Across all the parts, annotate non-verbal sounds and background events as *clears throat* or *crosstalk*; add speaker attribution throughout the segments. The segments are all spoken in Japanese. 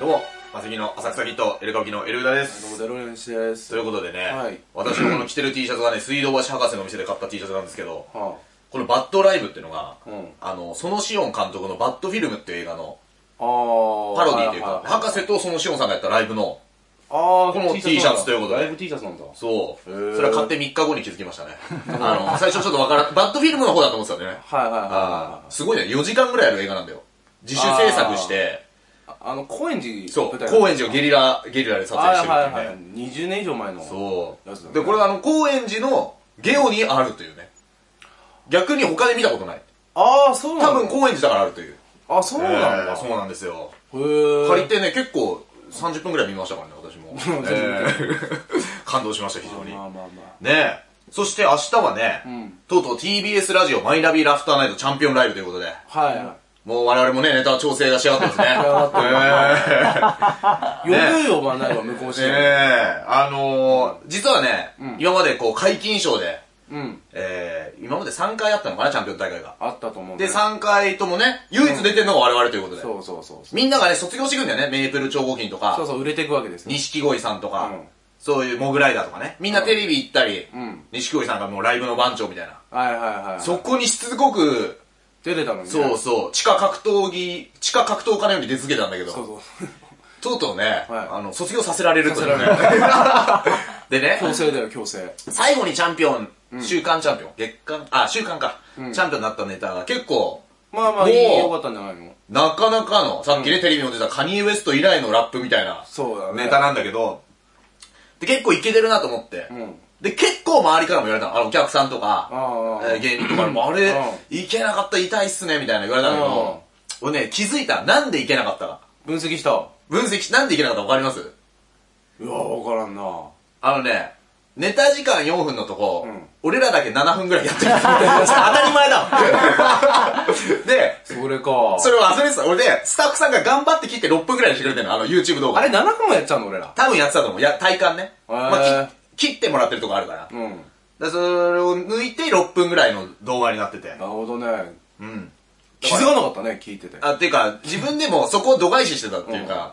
Speaker 1: どうも、マセキの浅草キット、エルカキのエルウダで
Speaker 2: どうも
Speaker 1: す。
Speaker 2: デロリアンシです
Speaker 1: ということでね、
Speaker 2: はい
Speaker 1: 私のこの着てる T シャツがね、水道橋博士のお店で買った T シャツなんですけど、
Speaker 2: は
Speaker 1: このバッドライブっていうのが、
Speaker 2: うん
Speaker 1: あの、そのシオン監督のバッドフィルムっていう映画の
Speaker 2: ああ
Speaker 1: パロディというか、
Speaker 2: はは
Speaker 1: 博士とそのシオンさんがやったライブの、
Speaker 2: あー
Speaker 1: この T シャツということで
Speaker 2: ライブ T シャツなんだ
Speaker 1: そう、
Speaker 2: へー
Speaker 1: それは買って3日後に気づきましたね。あの、最初ちょっとわからん、バッドフィルムの方だと思ってたんだよね。
Speaker 2: はいはいはい
Speaker 1: あ
Speaker 2: は
Speaker 1: ーすごいね、4時間ぐらいある映画なんだよ。自主制作して、
Speaker 2: いああの高円寺
Speaker 1: そう、
Speaker 2: 舞台
Speaker 1: 高円寺をゲリラ、ゲリラで撮影してるって
Speaker 2: はいいうはいは
Speaker 1: ね
Speaker 2: い。20年以上前の
Speaker 1: そう、
Speaker 2: やつだね
Speaker 1: で、これはあの、高円寺のゲオにあるというね。逆に他で見たことない。
Speaker 2: ああそうな
Speaker 1: 多
Speaker 2: んだ
Speaker 1: 分高円寺だからあるという。
Speaker 2: あそうなん
Speaker 1: えー
Speaker 2: だ
Speaker 1: そうなんですよ。
Speaker 2: へえ
Speaker 1: 借りてね、結構30分ぐらい見ましたからね、私 *laughs* も。えー *laughs* 感動しました、非常に。
Speaker 2: まあまあまあ
Speaker 1: ねえ。そして明日はね、とうとう TBS ラジオマイナビラフターナイトチャンピオンライブということで、
Speaker 2: はい *laughs*
Speaker 1: もう我々もね、ネタ調整 *laughs* が仕上がってますね。
Speaker 2: 余裕をまないわ向こうし
Speaker 1: *laughs* ええ
Speaker 2: て
Speaker 1: ええあのー、実はね、今までこう解禁賞で、
Speaker 2: うん
Speaker 1: えー、今まで3回あったのかな、チャンピオン大会が。
Speaker 2: あったと思うんだ
Speaker 1: で、
Speaker 2: よ
Speaker 1: 3回ともね、唯一出てるのが我々ということで。
Speaker 2: そうそうそうそう
Speaker 1: みんながね、卒業していくんだよね、メープル超合金とか。
Speaker 2: そうそう売れていくわけですよ
Speaker 1: 錦鯉さんとか、
Speaker 2: うん
Speaker 1: そういうモグライダーとかね、みんなテレビ行ったり
Speaker 2: ん、
Speaker 1: 錦、鯉、さんがもうライブの番長みたいな。
Speaker 2: はいはいはい
Speaker 1: そこにしつこく、
Speaker 2: 出てたのにね
Speaker 1: そうそう、地下格闘技、地下格闘家のように出続けたんだけど、
Speaker 2: そうそう
Speaker 1: とうとうね、
Speaker 2: はい
Speaker 1: あの、卒業させられるというね。 *laughs* でね、
Speaker 2: 強制だよ強制
Speaker 1: 最後にチャンピオン、週間チャンピオン、月間、あ、週間か、チャンピオンになったネタが結構、
Speaker 2: まあまあいいよかったんじゃないの
Speaker 1: なかなかの、さっきね、テレビに出たカニエ・ウエスト以来のラップみたいな
Speaker 2: そうだね
Speaker 1: ネタなんだけど、で、結構いけてるなと思って、
Speaker 2: ん
Speaker 1: で、結構周りからも言われたの。あの、お客さんとか、
Speaker 2: ああああ
Speaker 1: えー芸人とかにも、あれ
Speaker 2: うん、
Speaker 1: いけなかった、痛いっすね、みたいな言われたんだけど、俺ね、気づいた。なんでいけなかったか。
Speaker 2: 分析したう
Speaker 1: 分析し、なんでいけなかったかわかります
Speaker 2: わ分からんな
Speaker 1: あのね、ネタ時間4分のとこ、
Speaker 2: ん
Speaker 1: 俺らだけ7分ぐらいやってる。当たり前だ
Speaker 2: *laughs*
Speaker 1: わで、
Speaker 2: それか
Speaker 1: それを忘れてた。俺で、スタッフさんが頑張って切って6分ぐらいにしてくれてるの、あの YouTube 動画。
Speaker 2: あれ7分もやっちゃうの俺ら
Speaker 1: 多分やってたと思う。いや、体感ね。
Speaker 2: へー
Speaker 1: まあ、き切ってもらってるとこあるから。だか
Speaker 2: うん
Speaker 1: らそれを抜いて6分ぐらいの動画になってて。
Speaker 2: なるほどね
Speaker 1: うん。
Speaker 2: 気づかなかったね聞いてて
Speaker 1: あ、っていうか、自分でもそこを度外視してたっていうか、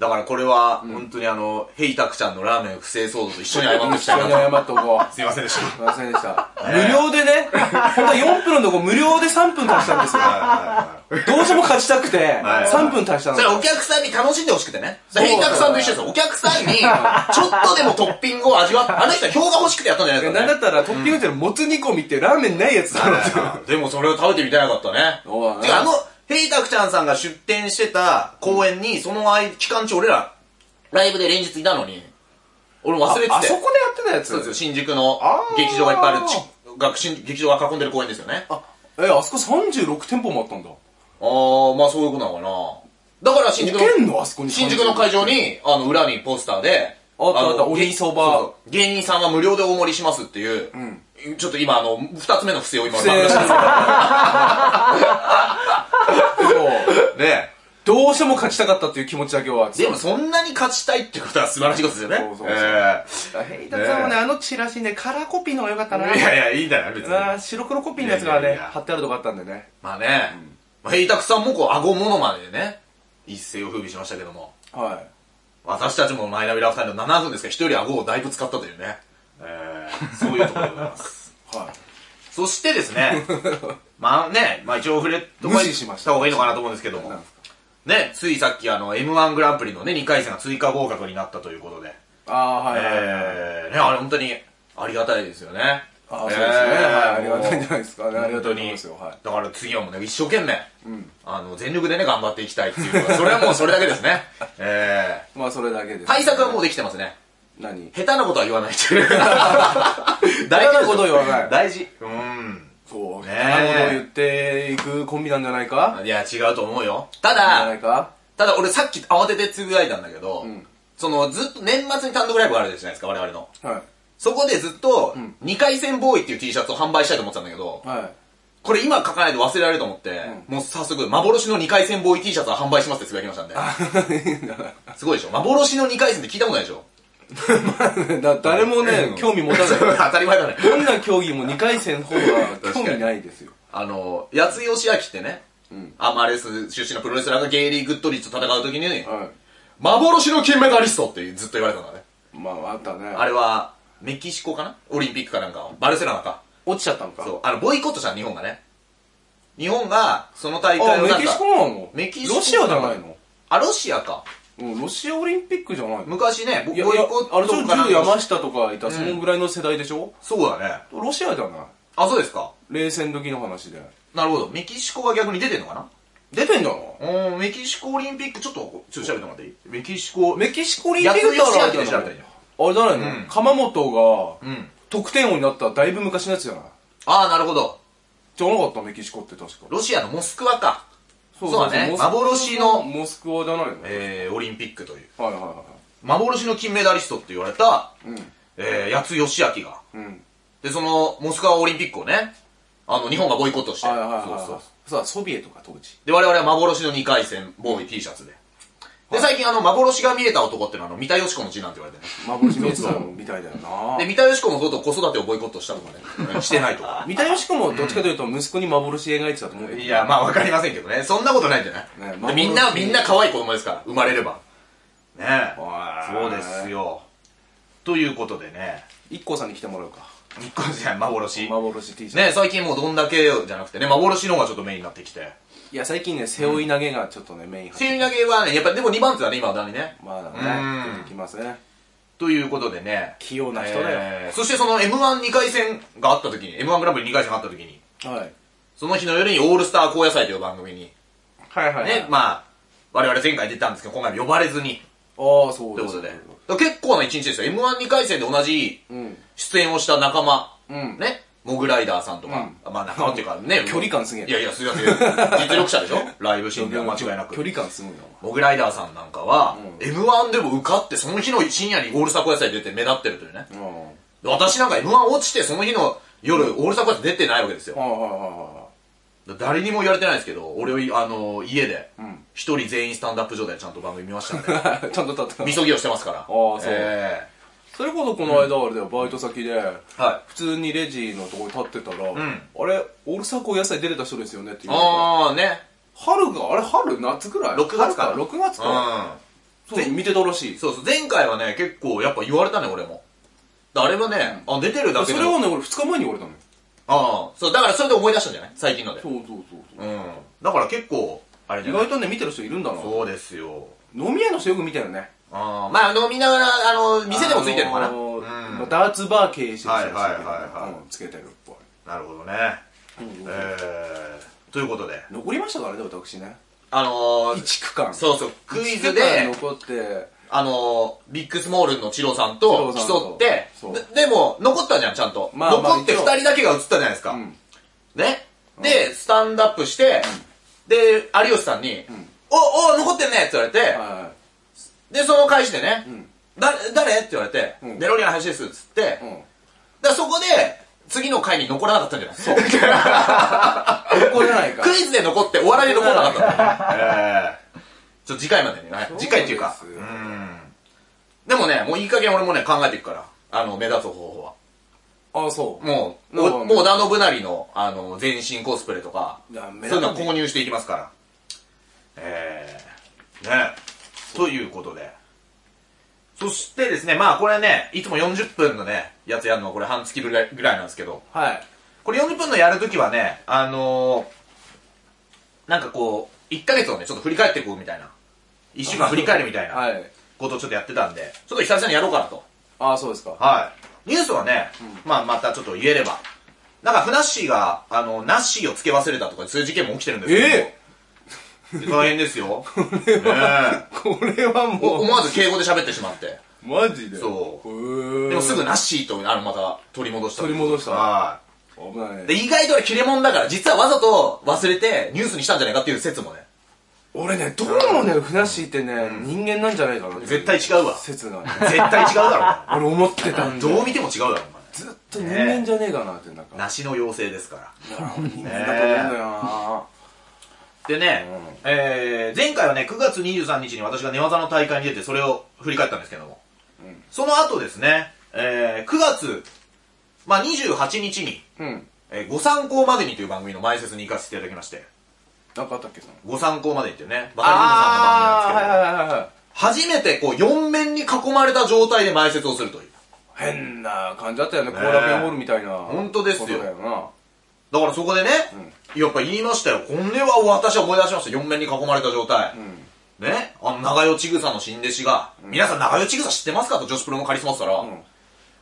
Speaker 1: だからこれは、本当にあの、ヘイタクちゃんのラーメン不正騒動と一緒に謝ってき
Speaker 2: 一緒
Speaker 1: たい
Speaker 2: に
Speaker 1: なと。
Speaker 2: 謝っとこう
Speaker 1: すいませんでした。
Speaker 2: すいませんでした無料でね本当は4分のとこ無料で3分足したんですよ *laughs* どうしても勝ちたくて
Speaker 1: い
Speaker 2: 3分足したの
Speaker 1: それお客さんに楽しんでほしくてね。それ
Speaker 2: そう
Speaker 1: 変革さんと一緒ですよ。お客さんに、ちょっとでもトッピングを味わって、あの人は票が欲しくてやったんじゃないです
Speaker 2: な
Speaker 1: か
Speaker 2: ん
Speaker 1: ね
Speaker 2: *laughs* だったらトッピングってのもつ煮込みってラーメンないやつだろって
Speaker 1: はいはい。でもそれを食べてみたかったね。
Speaker 2: そうだね
Speaker 1: てかあの、ヘイタクちゃんさんが出店してた公演に、その間期間中俺ら、ライブで連日いたのに、俺忘れてて。
Speaker 2: あそこでやってたやつ
Speaker 1: そうですよ、新宿の
Speaker 2: あー
Speaker 1: 劇場がいっぱいあるち、学新劇場が囲んでる公園ですよね。あ
Speaker 2: えあそこ36店舗もあったんだ
Speaker 1: あー、まあそういうことなのかな。だから新
Speaker 2: い
Speaker 1: 宿
Speaker 2: けん
Speaker 1: の、
Speaker 2: のあそこ
Speaker 1: *laughs*
Speaker 2: に
Speaker 1: 新宿の会場に、あの、裏にポスターで、
Speaker 2: あったあった
Speaker 1: の
Speaker 2: おりそば
Speaker 1: そうそう芸人さんは無料で大盛りしますっていう、ちょっと今あの、二つ目の不正を今、
Speaker 2: 不正
Speaker 1: 爆出してます
Speaker 2: そう
Speaker 1: けど
Speaker 2: *laughs*
Speaker 1: ね。
Speaker 2: どうしても勝ちたかったっていう気持ちだけは
Speaker 1: でもそんなに勝ちたいってことは素晴らしいことですよね。
Speaker 2: そうそうそう
Speaker 1: え
Speaker 2: ヘイタさんもね、あのチラシね、カラーコピーの方が良かったな。
Speaker 1: えいやいや、いいんだよ、別に。
Speaker 2: あー白黒コピーのやつが
Speaker 1: いやい
Speaker 2: ね、
Speaker 1: やいや
Speaker 2: 貼ってあるとこあったんでね。
Speaker 1: まあね、まあヘイタクさんもこう、顎モノマネでね、一世を風靡しましたけども。
Speaker 2: は
Speaker 1: 私たちもマイナビラフターの7分ですが、一人顎をだいぶ使ったというね。えー、そういうところでございます。
Speaker 2: い。はい。
Speaker 1: そしてですね、
Speaker 2: *laughs*
Speaker 1: まあね、まあ一応触れと
Speaker 2: 無視しました
Speaker 1: た方がいいのかなと思うんですけども
Speaker 2: なんです、
Speaker 1: ね、ついさっきあの、M1 グランプリのね、2回戦が追加合格になったということで、
Speaker 2: あー、はいはい。
Speaker 1: えー、ね、あれ本当にありがたいですよね。
Speaker 2: あー、そうですね。はいありがたいんじゃないですかね。ありが
Speaker 1: 本
Speaker 2: たい
Speaker 1: 当
Speaker 2: と思い
Speaker 1: に
Speaker 2: ますよ。はい。
Speaker 1: だから次はもうね、一生懸命、あの、全力でね、頑張っていきたいっていうのは、それはもうそれだけですね。えー
Speaker 2: まあ、それだけです。
Speaker 1: 対策はもうできてますね。
Speaker 2: 何
Speaker 1: 下手なことは言わないっていう。大
Speaker 2: *laughs* 下手なことは言わな
Speaker 1: *laughs*
Speaker 2: い
Speaker 1: 大事。うん。
Speaker 2: そう、
Speaker 1: ね
Speaker 2: ねなことを言っていくコンビなんじゃないか
Speaker 1: いや、違うと思うよ。た
Speaker 2: じゃな
Speaker 1: だ
Speaker 2: い、か
Speaker 1: ただ俺さっき慌ててつぶやいたんだけど、その、ずっと年末に単独ライブがあるじゃないですか、我々の。
Speaker 2: は
Speaker 1: そこでずっと、2回戦ボーイっていう T シャツを販売したいと思ってたんだけど
Speaker 2: い。、はい。
Speaker 1: これ今書かないと忘れられると思って、もう早速、幻の2回戦ボーイ T シャツを販売しますってつぶやきましたんで。すごいでしょ幻の2回戦って聞いたことないでしょ
Speaker 2: *laughs* だ誰もね、興味持た *laughs* な
Speaker 1: *laughs*
Speaker 2: い。
Speaker 1: 当たり前だね。
Speaker 2: どんな競技も2回戦の方が興味ないですよ。
Speaker 1: あの、八津義明ってね、アマレス出身のプロレスラーがゲイリー・グッドリッツと戦う時に、
Speaker 2: はい。
Speaker 1: 幻の金メダリストってずっと言われてたんだね。
Speaker 2: まあ、あったね。
Speaker 1: あれは、メキシコかなオリンピックかなんか、バルセロナか。
Speaker 2: 落ちちゃったのか。
Speaker 1: そう、あの、ボイコットしたの日本がね。日本が、その大
Speaker 2: あ、
Speaker 1: 会をなんか
Speaker 2: メキシコなの
Speaker 1: メキシコ
Speaker 2: ロシアじゃないの
Speaker 1: あ、ロシアか。
Speaker 2: うん、ロシアオリンピックじゃないの
Speaker 1: 昔ね、ボ
Speaker 2: いや、い
Speaker 1: ボイ
Speaker 2: や
Speaker 1: コッ
Speaker 2: あれちょ
Speaker 1: ト
Speaker 2: っ
Speaker 1: かな
Speaker 2: と
Speaker 1: ん
Speaker 2: 山
Speaker 1: か。
Speaker 2: 下とかいた、そのぐらいの世代でしょ
Speaker 1: そうだね。
Speaker 2: ロシアじゃない
Speaker 1: あ、そうですか。
Speaker 2: 冷戦時の話で。
Speaker 1: なるほど。メキシコが逆に出てんのかな
Speaker 2: 出てんじゃん。
Speaker 1: おー、メキシコオリンピック、ちょっと、ちょっと調べてもらっていいメキシコ、
Speaker 2: メキシコオリンピック
Speaker 1: 逆に
Speaker 2: あ
Speaker 1: ロシアって調べたらいいよ
Speaker 2: あれじゃないの、
Speaker 1: うん
Speaker 2: 鎌本
Speaker 1: う
Speaker 2: が
Speaker 1: ん。
Speaker 2: 得点王になっただいぶ昔のやつじゃない
Speaker 1: あー、なるほど。
Speaker 2: じゃなかったメキシコって確か。
Speaker 1: ロシアのモスクワか。
Speaker 2: そ
Speaker 1: そうだね
Speaker 2: モスクワ
Speaker 1: 幻の
Speaker 2: モスクワじゃないの、
Speaker 1: えー、オリンピックという。
Speaker 2: はいはいは
Speaker 1: 幻の金メダリストって言われた、
Speaker 2: い。う
Speaker 1: えー、八津義明が。
Speaker 2: ん。うん。
Speaker 1: で、その、モスクワオリンピックをね、あの、日本がボイコットして。
Speaker 2: はいはいはい、はい。
Speaker 1: そうそう
Speaker 2: そうだ、ソビエトか当時。
Speaker 1: で、我々は幻の2回戦、ボーイ T シャツで。で、最近あの、幻が見えた男っていうのは、あの、三田佳子の字なんて言われてね。
Speaker 2: 幻のやつだもんみたいだよな
Speaker 1: で、。三田佳子もそうと子育てをボイコットしたとかね。 *laughs* してないとか。
Speaker 2: 三田佳子もどっちかというと息子に幻描いてたと思うけど。
Speaker 1: いや、まあわかりませんけどね。そんなことないんじゃ
Speaker 2: ね
Speaker 1: ない、
Speaker 2: 幻
Speaker 1: みんな、みんな可愛い子供ですから、生まれれば。ねえ
Speaker 2: お。
Speaker 1: そ
Speaker 2: いう
Speaker 1: ですよ。ということでね、
Speaker 2: 一 k さんに来てもらうか。
Speaker 1: 日光じゃない、幻。ね
Speaker 2: 幻 T シャツ。
Speaker 1: え最近もうどんだけじゃなくてね、幻の方がちょっとメインになってきて。
Speaker 2: いや、最近ね、背負い投げがちょっとね、メイン入って
Speaker 1: 背負い投げはね、やっぱりでも2番手だね、今はだにね。
Speaker 2: まだね
Speaker 1: うん、
Speaker 2: 出てきますね。
Speaker 1: ということでね。
Speaker 2: 器用な人だよ
Speaker 1: えーそしてその M12 回戦があった時に、M1 グランプリ2回戦があった時に、
Speaker 2: はい。
Speaker 1: その日の夜にオールスター高野菜という番組に、
Speaker 2: はいはいはい。
Speaker 1: ね、まあ、我々前回出たんですけど、今回も呼ばれずに、
Speaker 2: ああ、そ
Speaker 1: とい
Speaker 2: うで
Speaker 1: うこ
Speaker 2: す
Speaker 1: とで。
Speaker 2: ね
Speaker 1: だから結構な一日ですよ。M12 回戦で同じ
Speaker 2: うん。
Speaker 1: 出演をした仲間、
Speaker 2: うん
Speaker 1: ね、モグライダーさんとか、まあ仲間っていうかね、
Speaker 2: 距離感すげえない
Speaker 1: やいや、すいません。実力者でしょライブシーンでは間違いなく
Speaker 2: 距。離感すごいな。
Speaker 1: モグライダーさんなんかは、M1 でも受かって、その日の深夜にオールスター高野菜出て目立ってるというね。
Speaker 2: うん。はい
Speaker 1: 私なんか M1 落ちてその日の夜、オールスタークラス出てないわけですよ。
Speaker 2: はいは
Speaker 1: 誰にも言われてないですけど、俺、あの、家で
Speaker 2: ん、
Speaker 1: 一人全員スタンダップ状態でちゃんと番組見ましたん
Speaker 2: *laughs*
Speaker 1: で、
Speaker 2: いはい。ちゃんと立
Speaker 1: み
Speaker 2: ってた。
Speaker 1: そぎをしてますから。あ
Speaker 2: そう
Speaker 1: え
Speaker 2: それこそこの間、あれだよ、バイト先で、
Speaker 1: えはい。
Speaker 2: 普通にレジのとこに立ってたら、
Speaker 1: ん
Speaker 2: あれ、オールサコ野菜出れた人ですよねって言われて
Speaker 1: あーね。
Speaker 2: 春が、あれ春夏ぐらい
Speaker 1: 6月か
Speaker 2: 春6月か。
Speaker 1: う
Speaker 2: そう、見てたらしい
Speaker 1: ん。。そうそう、前回はね、結構やっぱ言われたね、俺も。あれはね、あ、出てるだけ
Speaker 2: そ
Speaker 1: で
Speaker 2: れ
Speaker 1: も。
Speaker 2: をね、俺2日前に言われたのよ。
Speaker 1: ああ、そう、だからそれで思い出したんじゃない最近ので。
Speaker 2: そうそうそうそう。
Speaker 1: うん。だから結構、あれじ
Speaker 2: 意
Speaker 1: ゃない
Speaker 2: 外とね、見てる人いるんだな。
Speaker 1: そうですよ。
Speaker 2: 飲み屋の人よく見たよね。
Speaker 1: ああ、まあ、あの、見ながら、あの、店でもついてるのかな。
Speaker 2: あのー
Speaker 1: うん
Speaker 2: ダーツバー経営してる人
Speaker 1: はいはいはいはい
Speaker 2: うんつけてるっぽい。
Speaker 1: なるほどね。えー、ということで、
Speaker 2: 残りましたからね、私ね。
Speaker 1: あのー、
Speaker 2: 1区間。
Speaker 1: そうそう、クイズ
Speaker 2: 一
Speaker 1: で、
Speaker 2: 区間残って、
Speaker 1: あのー、ビッグスモールンのチロさんと
Speaker 2: チロさんと
Speaker 1: 競って
Speaker 2: そう、
Speaker 1: ででも、残ったじゃん、ちゃんと。
Speaker 2: まあまあ
Speaker 1: 残って
Speaker 2: 一
Speaker 1: 2
Speaker 2: 応
Speaker 1: 人だけが映ったじゃないですか。
Speaker 2: うん
Speaker 1: ね。で、スタンドアップして、で、有吉さんに、お、お、残ってんねって言われて、
Speaker 2: は
Speaker 1: で、その返しでね、
Speaker 2: ん
Speaker 1: だ、誰って言われて、
Speaker 2: うん
Speaker 1: デロリアン林ですっつって、
Speaker 2: い。うん。
Speaker 1: だからそこで、次の回に残らなかったんじゃない *laughs* そう。
Speaker 2: ここじゃないか。
Speaker 1: クイズで残ってお笑いで残らなかったんだね。ええちょっと次回までにね。次回っていうか。
Speaker 2: そううです
Speaker 1: ん。でもね、もういい加減俺もね、考えていくから。あの、目立つ方法は。
Speaker 2: あ、そう。
Speaker 1: もう、
Speaker 2: なるほ
Speaker 1: お
Speaker 2: ど
Speaker 1: もう織田信成の、あの、全身コスプレとか、
Speaker 2: いや
Speaker 1: そう
Speaker 2: 目
Speaker 1: いう
Speaker 2: 立た
Speaker 1: の
Speaker 2: ない
Speaker 1: 購入していきますから。ええね。ということで。そしてですね、まあこれね、いつも40分のね、やつやるのはこれ半月ぶりぐらいなんですけど、
Speaker 2: はい。
Speaker 1: これ40分のやるときはね、あのー、なんかこう、1ヶ月をね、ちょっと振り返っていこうみたいな。1週間振り返るみたいな
Speaker 2: はい。
Speaker 1: ことをちょっとやってたんで、ちょっと久々にやろうかなと。
Speaker 2: あ、そうですか。
Speaker 1: はい。ニュースはね、まあまたちょっと言えれば。なんか、ふなっしーが、あの、ナッシーを付け忘れたとか、そういう事件も起きてるんですけど。
Speaker 2: え
Speaker 1: で大変です *laughs* よ。ねえ
Speaker 2: これは
Speaker 1: お
Speaker 2: も
Speaker 1: 思わず敬語で喋ってしまって。
Speaker 2: う、マジで。
Speaker 1: そう
Speaker 2: う
Speaker 1: でもすぐナッシーと、あの、また取り戻した。
Speaker 2: 取り戻した
Speaker 1: はい。
Speaker 2: 危ない
Speaker 1: で、
Speaker 2: ね。
Speaker 1: 意外と俺切れ者だから、実はわざと忘れてニュースにしたんじゃないかっていう説もね。
Speaker 2: 俺ね、どうもね、ふなっしーってね、人間なんじゃないかなってい
Speaker 1: 絶対違うわ
Speaker 2: 説がね。
Speaker 1: 絶対違うだ
Speaker 2: 俺思ってた
Speaker 1: ろ。
Speaker 2: んだ
Speaker 1: *laughs*
Speaker 2: よ。
Speaker 1: どう見ても違うだろ、お前。
Speaker 2: ずっと人間じゃねえかなって、なんか。
Speaker 1: 梨の妖精ですから。
Speaker 2: 人間だと思うんだよな
Speaker 1: でね、えー、前回はね、9月23日に私が寝技の大会に出て、それを振り返ったんですけども、その後ですね、えー、9月、まあ、28日に、
Speaker 2: うん。
Speaker 1: えーご参考までにという番組の前説に行かせていただきまして、
Speaker 2: なんかあったっけその
Speaker 1: ご参考まで行ってね、バカリズムさんの番組なんですけ
Speaker 2: あ
Speaker 1: ど、
Speaker 2: あはいはいはいはい
Speaker 1: 初めてこう4面に囲まれた状態で埋設をするという。
Speaker 2: 変な感じだったよね後
Speaker 1: え
Speaker 2: 楽園ホールみたいな
Speaker 1: 本当ですよ
Speaker 2: ことだよな
Speaker 1: だからそこでね、やっぱ言いましたよ。これは私は思い出しました。4面に囲まれた状態。ね、あの長与千草の新弟子が、皆さん長与千草知ってますかと女子プロのカリスマって言ったら、
Speaker 2: ん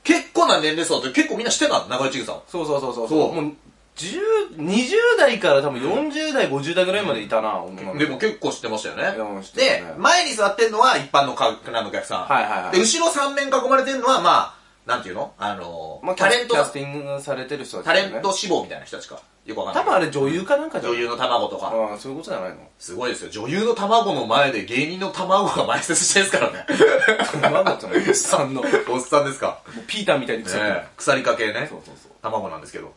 Speaker 1: 結構な年齢層だって結構みんな知ってたんだ長与千草を。
Speaker 2: そうそうそうそう
Speaker 1: そう
Speaker 2: もう10 20代から多分40代、50代ぐらいまでいたな、女の子
Speaker 1: でも結構知ってましたよね。
Speaker 2: うん知ってた
Speaker 1: で
Speaker 2: ね、
Speaker 1: 前に座ってんのは一般の客のお客さん。
Speaker 2: はいはいはい
Speaker 1: で、後ろ3面囲まれてんのは、まあ、なんていうのあのー
Speaker 2: まあ、
Speaker 1: タレント
Speaker 2: キャ、スティングされてる人たち
Speaker 1: タ
Speaker 2: だよ
Speaker 1: レント志望みたいな人たちか。よくわかんな
Speaker 2: 多
Speaker 1: い。
Speaker 2: 分あれ女優かなんかじゃん
Speaker 1: 女優の卵とか。
Speaker 2: ああそういうことじゃないの
Speaker 1: すごいですよ。女優の卵の前で芸人の卵が埋設してるんですからね。
Speaker 2: *laughs* 何だったのおっ
Speaker 1: *laughs*
Speaker 2: さんの
Speaker 1: おっさんですか。
Speaker 2: ピーターみたいに腐ってる、
Speaker 1: ね腐りかけね
Speaker 2: そうそうそう。
Speaker 1: 卵なんですけど。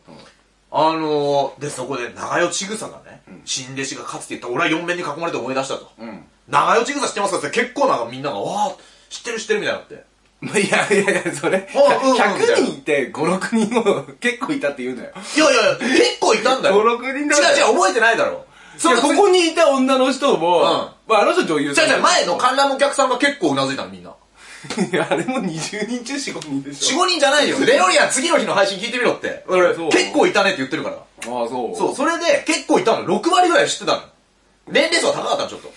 Speaker 1: あのー、で、そこで長与千草がね、新弟子がかつて言った、俺は四面に囲まれて思い出したと。
Speaker 2: ん
Speaker 1: 長与千草知ってますかって結構なんかみんなが、わあ知ってる知ってるみたいになって。
Speaker 2: まあいやいやいや、それ、
Speaker 1: あうんうん
Speaker 2: 100人いて5、6人も結構いたって言うのよ。
Speaker 1: いやいや、結構いたんだよ。
Speaker 2: 5 6人だから
Speaker 1: 違う違う、覚えてないだろ。
Speaker 2: そ
Speaker 1: そう
Speaker 2: ここにいた女の人も、まああの人女優
Speaker 1: 違う違う、前
Speaker 2: の。
Speaker 1: の観覧のお客さんが結構うなずいたの、みんな。
Speaker 2: いや、あれも20人中4、5人で
Speaker 1: 4、
Speaker 2: しょ。
Speaker 1: 5人じゃないよ。レオリアン次の日の配信聞いてみろって。俺
Speaker 2: そう
Speaker 1: 結構いたねって言ってるから。
Speaker 2: ああ、そう。
Speaker 1: そう、それで結構いたの。6割ぐらい知ってたの。年齢層は高かったの、ちょっと。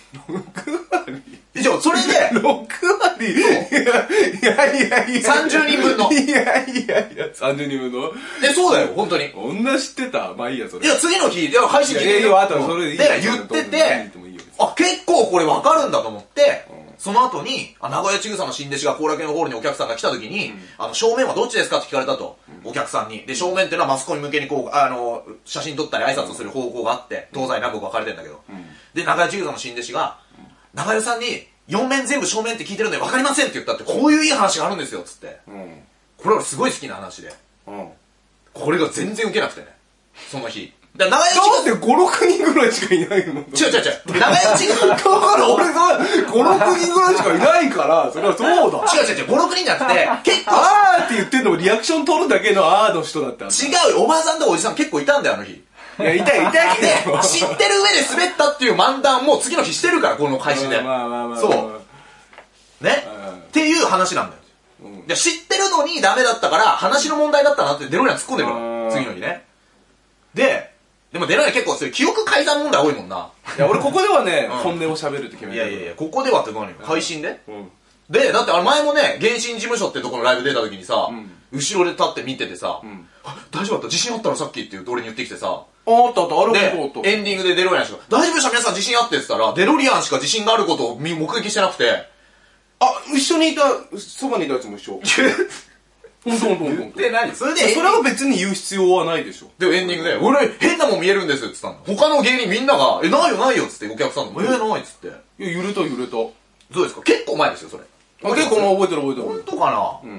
Speaker 1: 以上、それ
Speaker 2: *laughs*
Speaker 1: で、
Speaker 2: 6割いやいやいや。
Speaker 1: 30人分の
Speaker 2: いやいやいや、30人分の。
Speaker 1: え、そうだよ、本当に。
Speaker 2: 女知ってたまあいいや、そ
Speaker 1: い
Speaker 2: れ。
Speaker 1: や、次の日、いや、配信聞いて
Speaker 2: いやいやあとそれでいいよ
Speaker 1: で、言って
Speaker 2: どうでもいい
Speaker 1: て
Speaker 2: ともいいよ、
Speaker 1: あ、結構これわかるんだと思って、その後に、あ、名古屋千草の新弟子が後楽園ホールにお客さんが来た時に、あの、正面はどっちですかって聞かれたと、お客さんに。で、正面っていうのはマスコミ向けにこう、あの、写真撮ったり挨拶をする方向があって、東西南北分かれてんだけど。で、長屋千草の新弟子が、長屋さんに、4面全部正面って聞いてるんで分かりませんって言ったって、こういういい話があるんですよ、つって。
Speaker 2: うん。
Speaker 1: これはすごい好きな話で。
Speaker 2: うん。
Speaker 1: これが全然ウケなくてね。その日。だから長屋千草
Speaker 2: だって5、6人ぐらいしかいないもん。
Speaker 1: 違う違う違う。名前は違う。
Speaker 2: だから俺が5、6人ぐらいしかいないから、それはそうだ。
Speaker 1: 違う違う違う。5、6人じゃなくて、結構、
Speaker 2: あーって言ってんのもリアクション取るだけのあーの人だった。
Speaker 1: 違うよおばあさんとかおじさん結構いたんだよ、あの日。
Speaker 2: いや、痛い痛い
Speaker 1: で、 *laughs* 知ってる上で滑ったっていう漫談も次の日してるから、この配信で。
Speaker 2: まあまあまあ。
Speaker 1: そう。ね
Speaker 2: うん
Speaker 1: っていう話なんだよ。
Speaker 2: うん
Speaker 1: で知ってるのにダメだったから、話の問題だったなってデロリアン突っ込んでるか
Speaker 2: う
Speaker 1: ら、
Speaker 2: ん
Speaker 1: 次の日ね。で、でもデロリアン結構そういう記憶改ざん問題多いもんな。
Speaker 2: いや、俺ここではね、
Speaker 1: うん
Speaker 2: 本音を喋るって決め
Speaker 1: い
Speaker 2: てる
Speaker 1: やいやいや、ここではって何よ。配信で
Speaker 2: うん。
Speaker 1: で、だってあれ前もね、原神事務所ってところのライブ出た時にさ、
Speaker 2: ん
Speaker 1: 後ろで立って見ててさ、
Speaker 2: ん
Speaker 1: あ大丈夫だった自信あったのさっきって言うと俺に言ってきてさ、
Speaker 2: あったあった、ある
Speaker 1: で、
Speaker 2: こと。
Speaker 1: エンディングでデロリアンしか、大丈夫でした皆さん自信あってって言ったら、デロリアンしか自信があることを見目撃してなくて、
Speaker 2: あ、一緒にいた、そばにいたやつも
Speaker 1: *laughs*
Speaker 2: 一緒。ほんとほんとほんとほんと。い
Speaker 1: 何それで
Speaker 2: や、
Speaker 1: エンディ
Speaker 2: そ
Speaker 1: ン
Speaker 2: れ
Speaker 1: グ、
Speaker 2: は別に言う必要はないでしょ。
Speaker 1: で、エンディングで、俺変なもん見えるんですって言ったの。他の芸人みんなが、え、ないよないよっつってお客さんも、え、ないっつって。
Speaker 2: いや、揺れた揺れた。
Speaker 1: どうですか結構前ですよ、それ。
Speaker 2: あ、結構もう覚えてる覚えてる。
Speaker 1: 本当かな、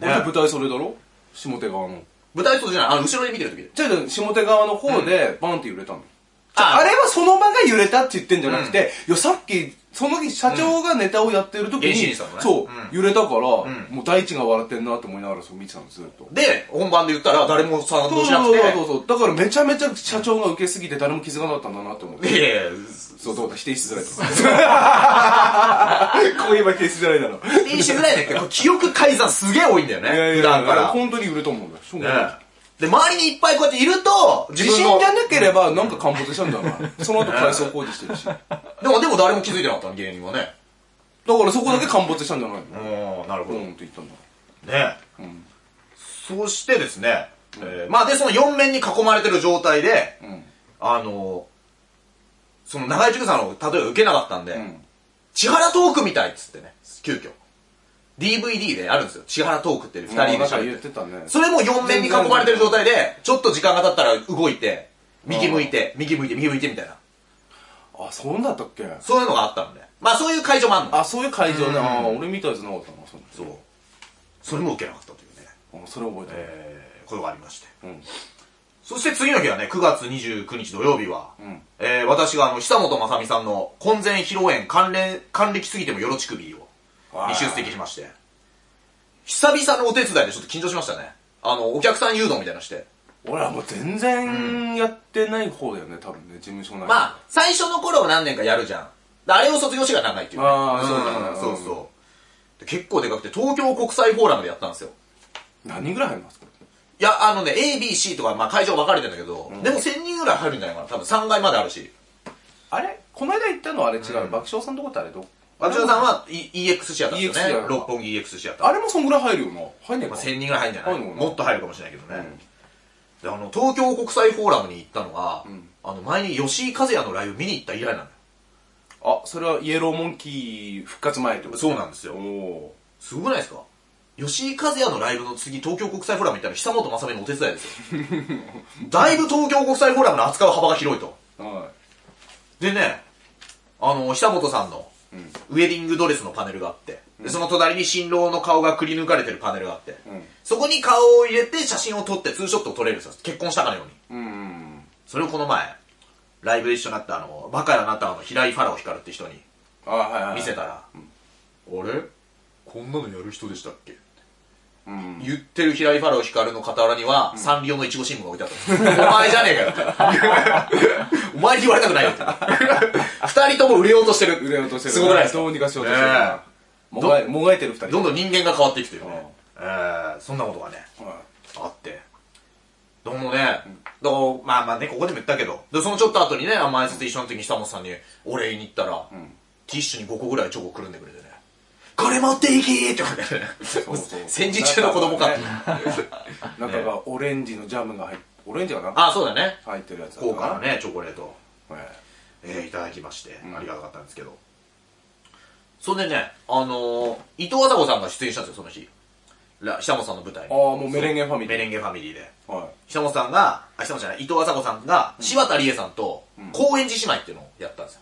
Speaker 2: 俺舞台それだろ下手側の。
Speaker 1: 舞台装じゃない、あの、後ろで見てる時で。
Speaker 2: じゃあ、下手側の方で、バンって揺れたの。
Speaker 1: あ
Speaker 2: あれはその場が揺れたって言ってんじゃなくて、いや、さっき、その日、社長がネタをやってる時
Speaker 1: うん原始
Speaker 2: に、
Speaker 1: 人さんのね
Speaker 2: そう、
Speaker 1: う
Speaker 2: 揺れたから、
Speaker 1: ん
Speaker 2: もう大地が笑ってんなって思いながらそう見てたの、ずっと。
Speaker 1: で、本番で言ったら誰も賛
Speaker 2: そ
Speaker 1: 同
Speaker 2: う
Speaker 1: しな
Speaker 2: そ
Speaker 1: く
Speaker 2: う
Speaker 1: て、
Speaker 2: そうそうそう。だからめちゃめちゃ社長が受けすぎて誰も気づかなかったんだなって思っ
Speaker 1: い
Speaker 2: て。
Speaker 1: やいや、
Speaker 2: そう、どうだ、否定しづら
Speaker 1: *laughs*
Speaker 2: いと。こう言えば否定しづらいだろ。
Speaker 1: 否定しづらいねんけど、記憶改ざんすげえ多いんだよね。
Speaker 2: いやい
Speaker 1: 普
Speaker 2: や
Speaker 1: 段
Speaker 2: い
Speaker 1: か
Speaker 2: や、
Speaker 1: ら。
Speaker 2: 本当に揺れたもんだよ。しょうがない
Speaker 1: ねで、周りにいっぱいこうやっていると、自
Speaker 2: 地
Speaker 1: 分の
Speaker 2: 震じゃなければなんか陥没したんだな。その後改装工事して
Speaker 1: *laughs*
Speaker 2: るし。だか
Speaker 1: でも、でも誰も気づいてなかったの、芸人はね。
Speaker 2: らそこだけ陥没したんじゃないの
Speaker 1: うん、なるほ
Speaker 2: ボ
Speaker 1: ど。
Speaker 2: ーン
Speaker 1: ね
Speaker 2: って言ったんだ。
Speaker 1: そしてですね、えーまあ、で、その4面に囲まれてる状態で、
Speaker 2: ん
Speaker 1: あのーその長井塾さんの例えば受けなかったんで、
Speaker 2: ん
Speaker 1: 千原トークみたいっつってね、急遽。DVD であるんですよ。千原トークっていう2人で
Speaker 2: なんか
Speaker 1: 喋
Speaker 2: 言
Speaker 1: っ
Speaker 2: ってて。たね。
Speaker 1: それも4面に囲まれてる状態で、ちょっと時間が経ったら動いて、右向いて、右向いて、右向いてみたいな。
Speaker 2: あ、そうだったっけ
Speaker 1: そういうのがあったので。まあそういう会場もあんの。
Speaker 2: あ、そういう会場ね。あー、俺見たやつなかったな。そう
Speaker 1: そう。それも受けなかったというね、
Speaker 2: あそれ覚え
Speaker 1: えー、ことがありまして。
Speaker 2: てる。うん。
Speaker 1: そして次の日はね、9月29日土曜日は、
Speaker 2: ん
Speaker 1: えー、私があの、久本雅美さんの婚前披露宴関連、還暦すぎてもよろちくびを、
Speaker 2: わー
Speaker 1: に出席しまして、久々のお手伝いでちょっと緊張しましたね。あの、お客さん誘導みたいなのして。
Speaker 2: 俺はもう全然やってない方だよね、多分ね、事務所内で
Speaker 1: まあ、最初の頃は何年かやるじゃん。であれを卒業してから長いっていうね。
Speaker 2: あーそうだね
Speaker 1: んそうそう。で結構でかくて、東京国際フォーラムでやったんですよ。
Speaker 2: 何人ぐらい入りますか
Speaker 1: いや、あのね、A、B、C とか、まあ会場分かれてんだけど、でも1000人ぐらい入るんじゃないかな。多分3階まであるし。
Speaker 2: あれこの間行ったのはあれ違う、爆笑さんとこってあれど
Speaker 1: あちらさんは E- EX シアターです
Speaker 2: EX シ
Speaker 1: よ
Speaker 2: ア
Speaker 1: ね
Speaker 2: タ。ー
Speaker 1: 六本木 EX シアター。
Speaker 2: あれもそんぐらい入るよな入んねえか
Speaker 1: まあ、1000人ぐらい入るんじゃない
Speaker 2: 入るのかな
Speaker 1: もっと入るかもしれないけどね。で、あの、東京国際フォーラムに行ったのが、あの、前に吉井和也のライブ見に行った以来なのよ。
Speaker 2: あそれはイエローモンキー復活前ってこと
Speaker 1: そうなんですよ
Speaker 2: お。お
Speaker 1: すごくないですか吉井和也のライブの次、東京国際フォーラム行ったら久本雅美のお手伝いですよ。だいぶ東京国際フォーラムの扱う幅が広いと。
Speaker 2: ーは
Speaker 1: でね、あの、久本さんの、ウェディングドレスのパネルがあって、でその隣に新郎の顔がくり抜かれてるパネルがあって、
Speaker 2: ん
Speaker 1: そこに顔を入れて写真を撮ってツーショットを撮れるんですよ。結婚したかのように。
Speaker 2: いうん
Speaker 1: それをこの前、ライブで一緒になったあの、バカやなったあの、平井ファラオ光るって人に
Speaker 2: あはいはいはい
Speaker 1: 見せたら、あれこんなのやる人でしたっけ
Speaker 2: うん
Speaker 1: 言ってる平井ファラオ光の傍らには、サンリオのいちご新聞が置いてあった。お前じゃねえかよって。お前に言われたくないよって。二人とも売れようとしてる。
Speaker 2: 売れようとしてる
Speaker 1: すごくないですか
Speaker 2: どうにかしようとしてるな
Speaker 1: ね
Speaker 2: もがいもがいてる二人
Speaker 1: どんどん人間が変わっていくというね。えーそんなことがね、
Speaker 2: は
Speaker 1: あって。どうもね、どうまあまあね、ここでも言ったけど、でそのちょっと後にね、あ前説一緒の時に久本さんにお礼に行ったら、ティッシュに5個ぐらいチョコくるんでくれてね、これ持っていきって言われてね
Speaker 2: うそう、
Speaker 1: 戦時中の子供かって。
Speaker 2: い中がオレンジのジャムが入っオレンジがなんか
Speaker 1: *laughs* あ、そうだね。
Speaker 2: 入ってるやつだ
Speaker 1: 高価なね、チョコレート。
Speaker 2: はい
Speaker 1: えーいただきまして、
Speaker 2: ん
Speaker 1: ありがたかったんですけど。それでね、あのー、伊藤麻子さんが出演したんですよ、その日。ら久本さんの舞台に
Speaker 2: ああもうメレンゲファミリ
Speaker 1: メ
Speaker 2: ー
Speaker 1: レンゲファミリーで。
Speaker 2: は
Speaker 1: 久本さんが、あ、久本じゃない、伊藤麻子さんが、柴田理恵さんと、高円寺姉妹っていうのをやったんですよ。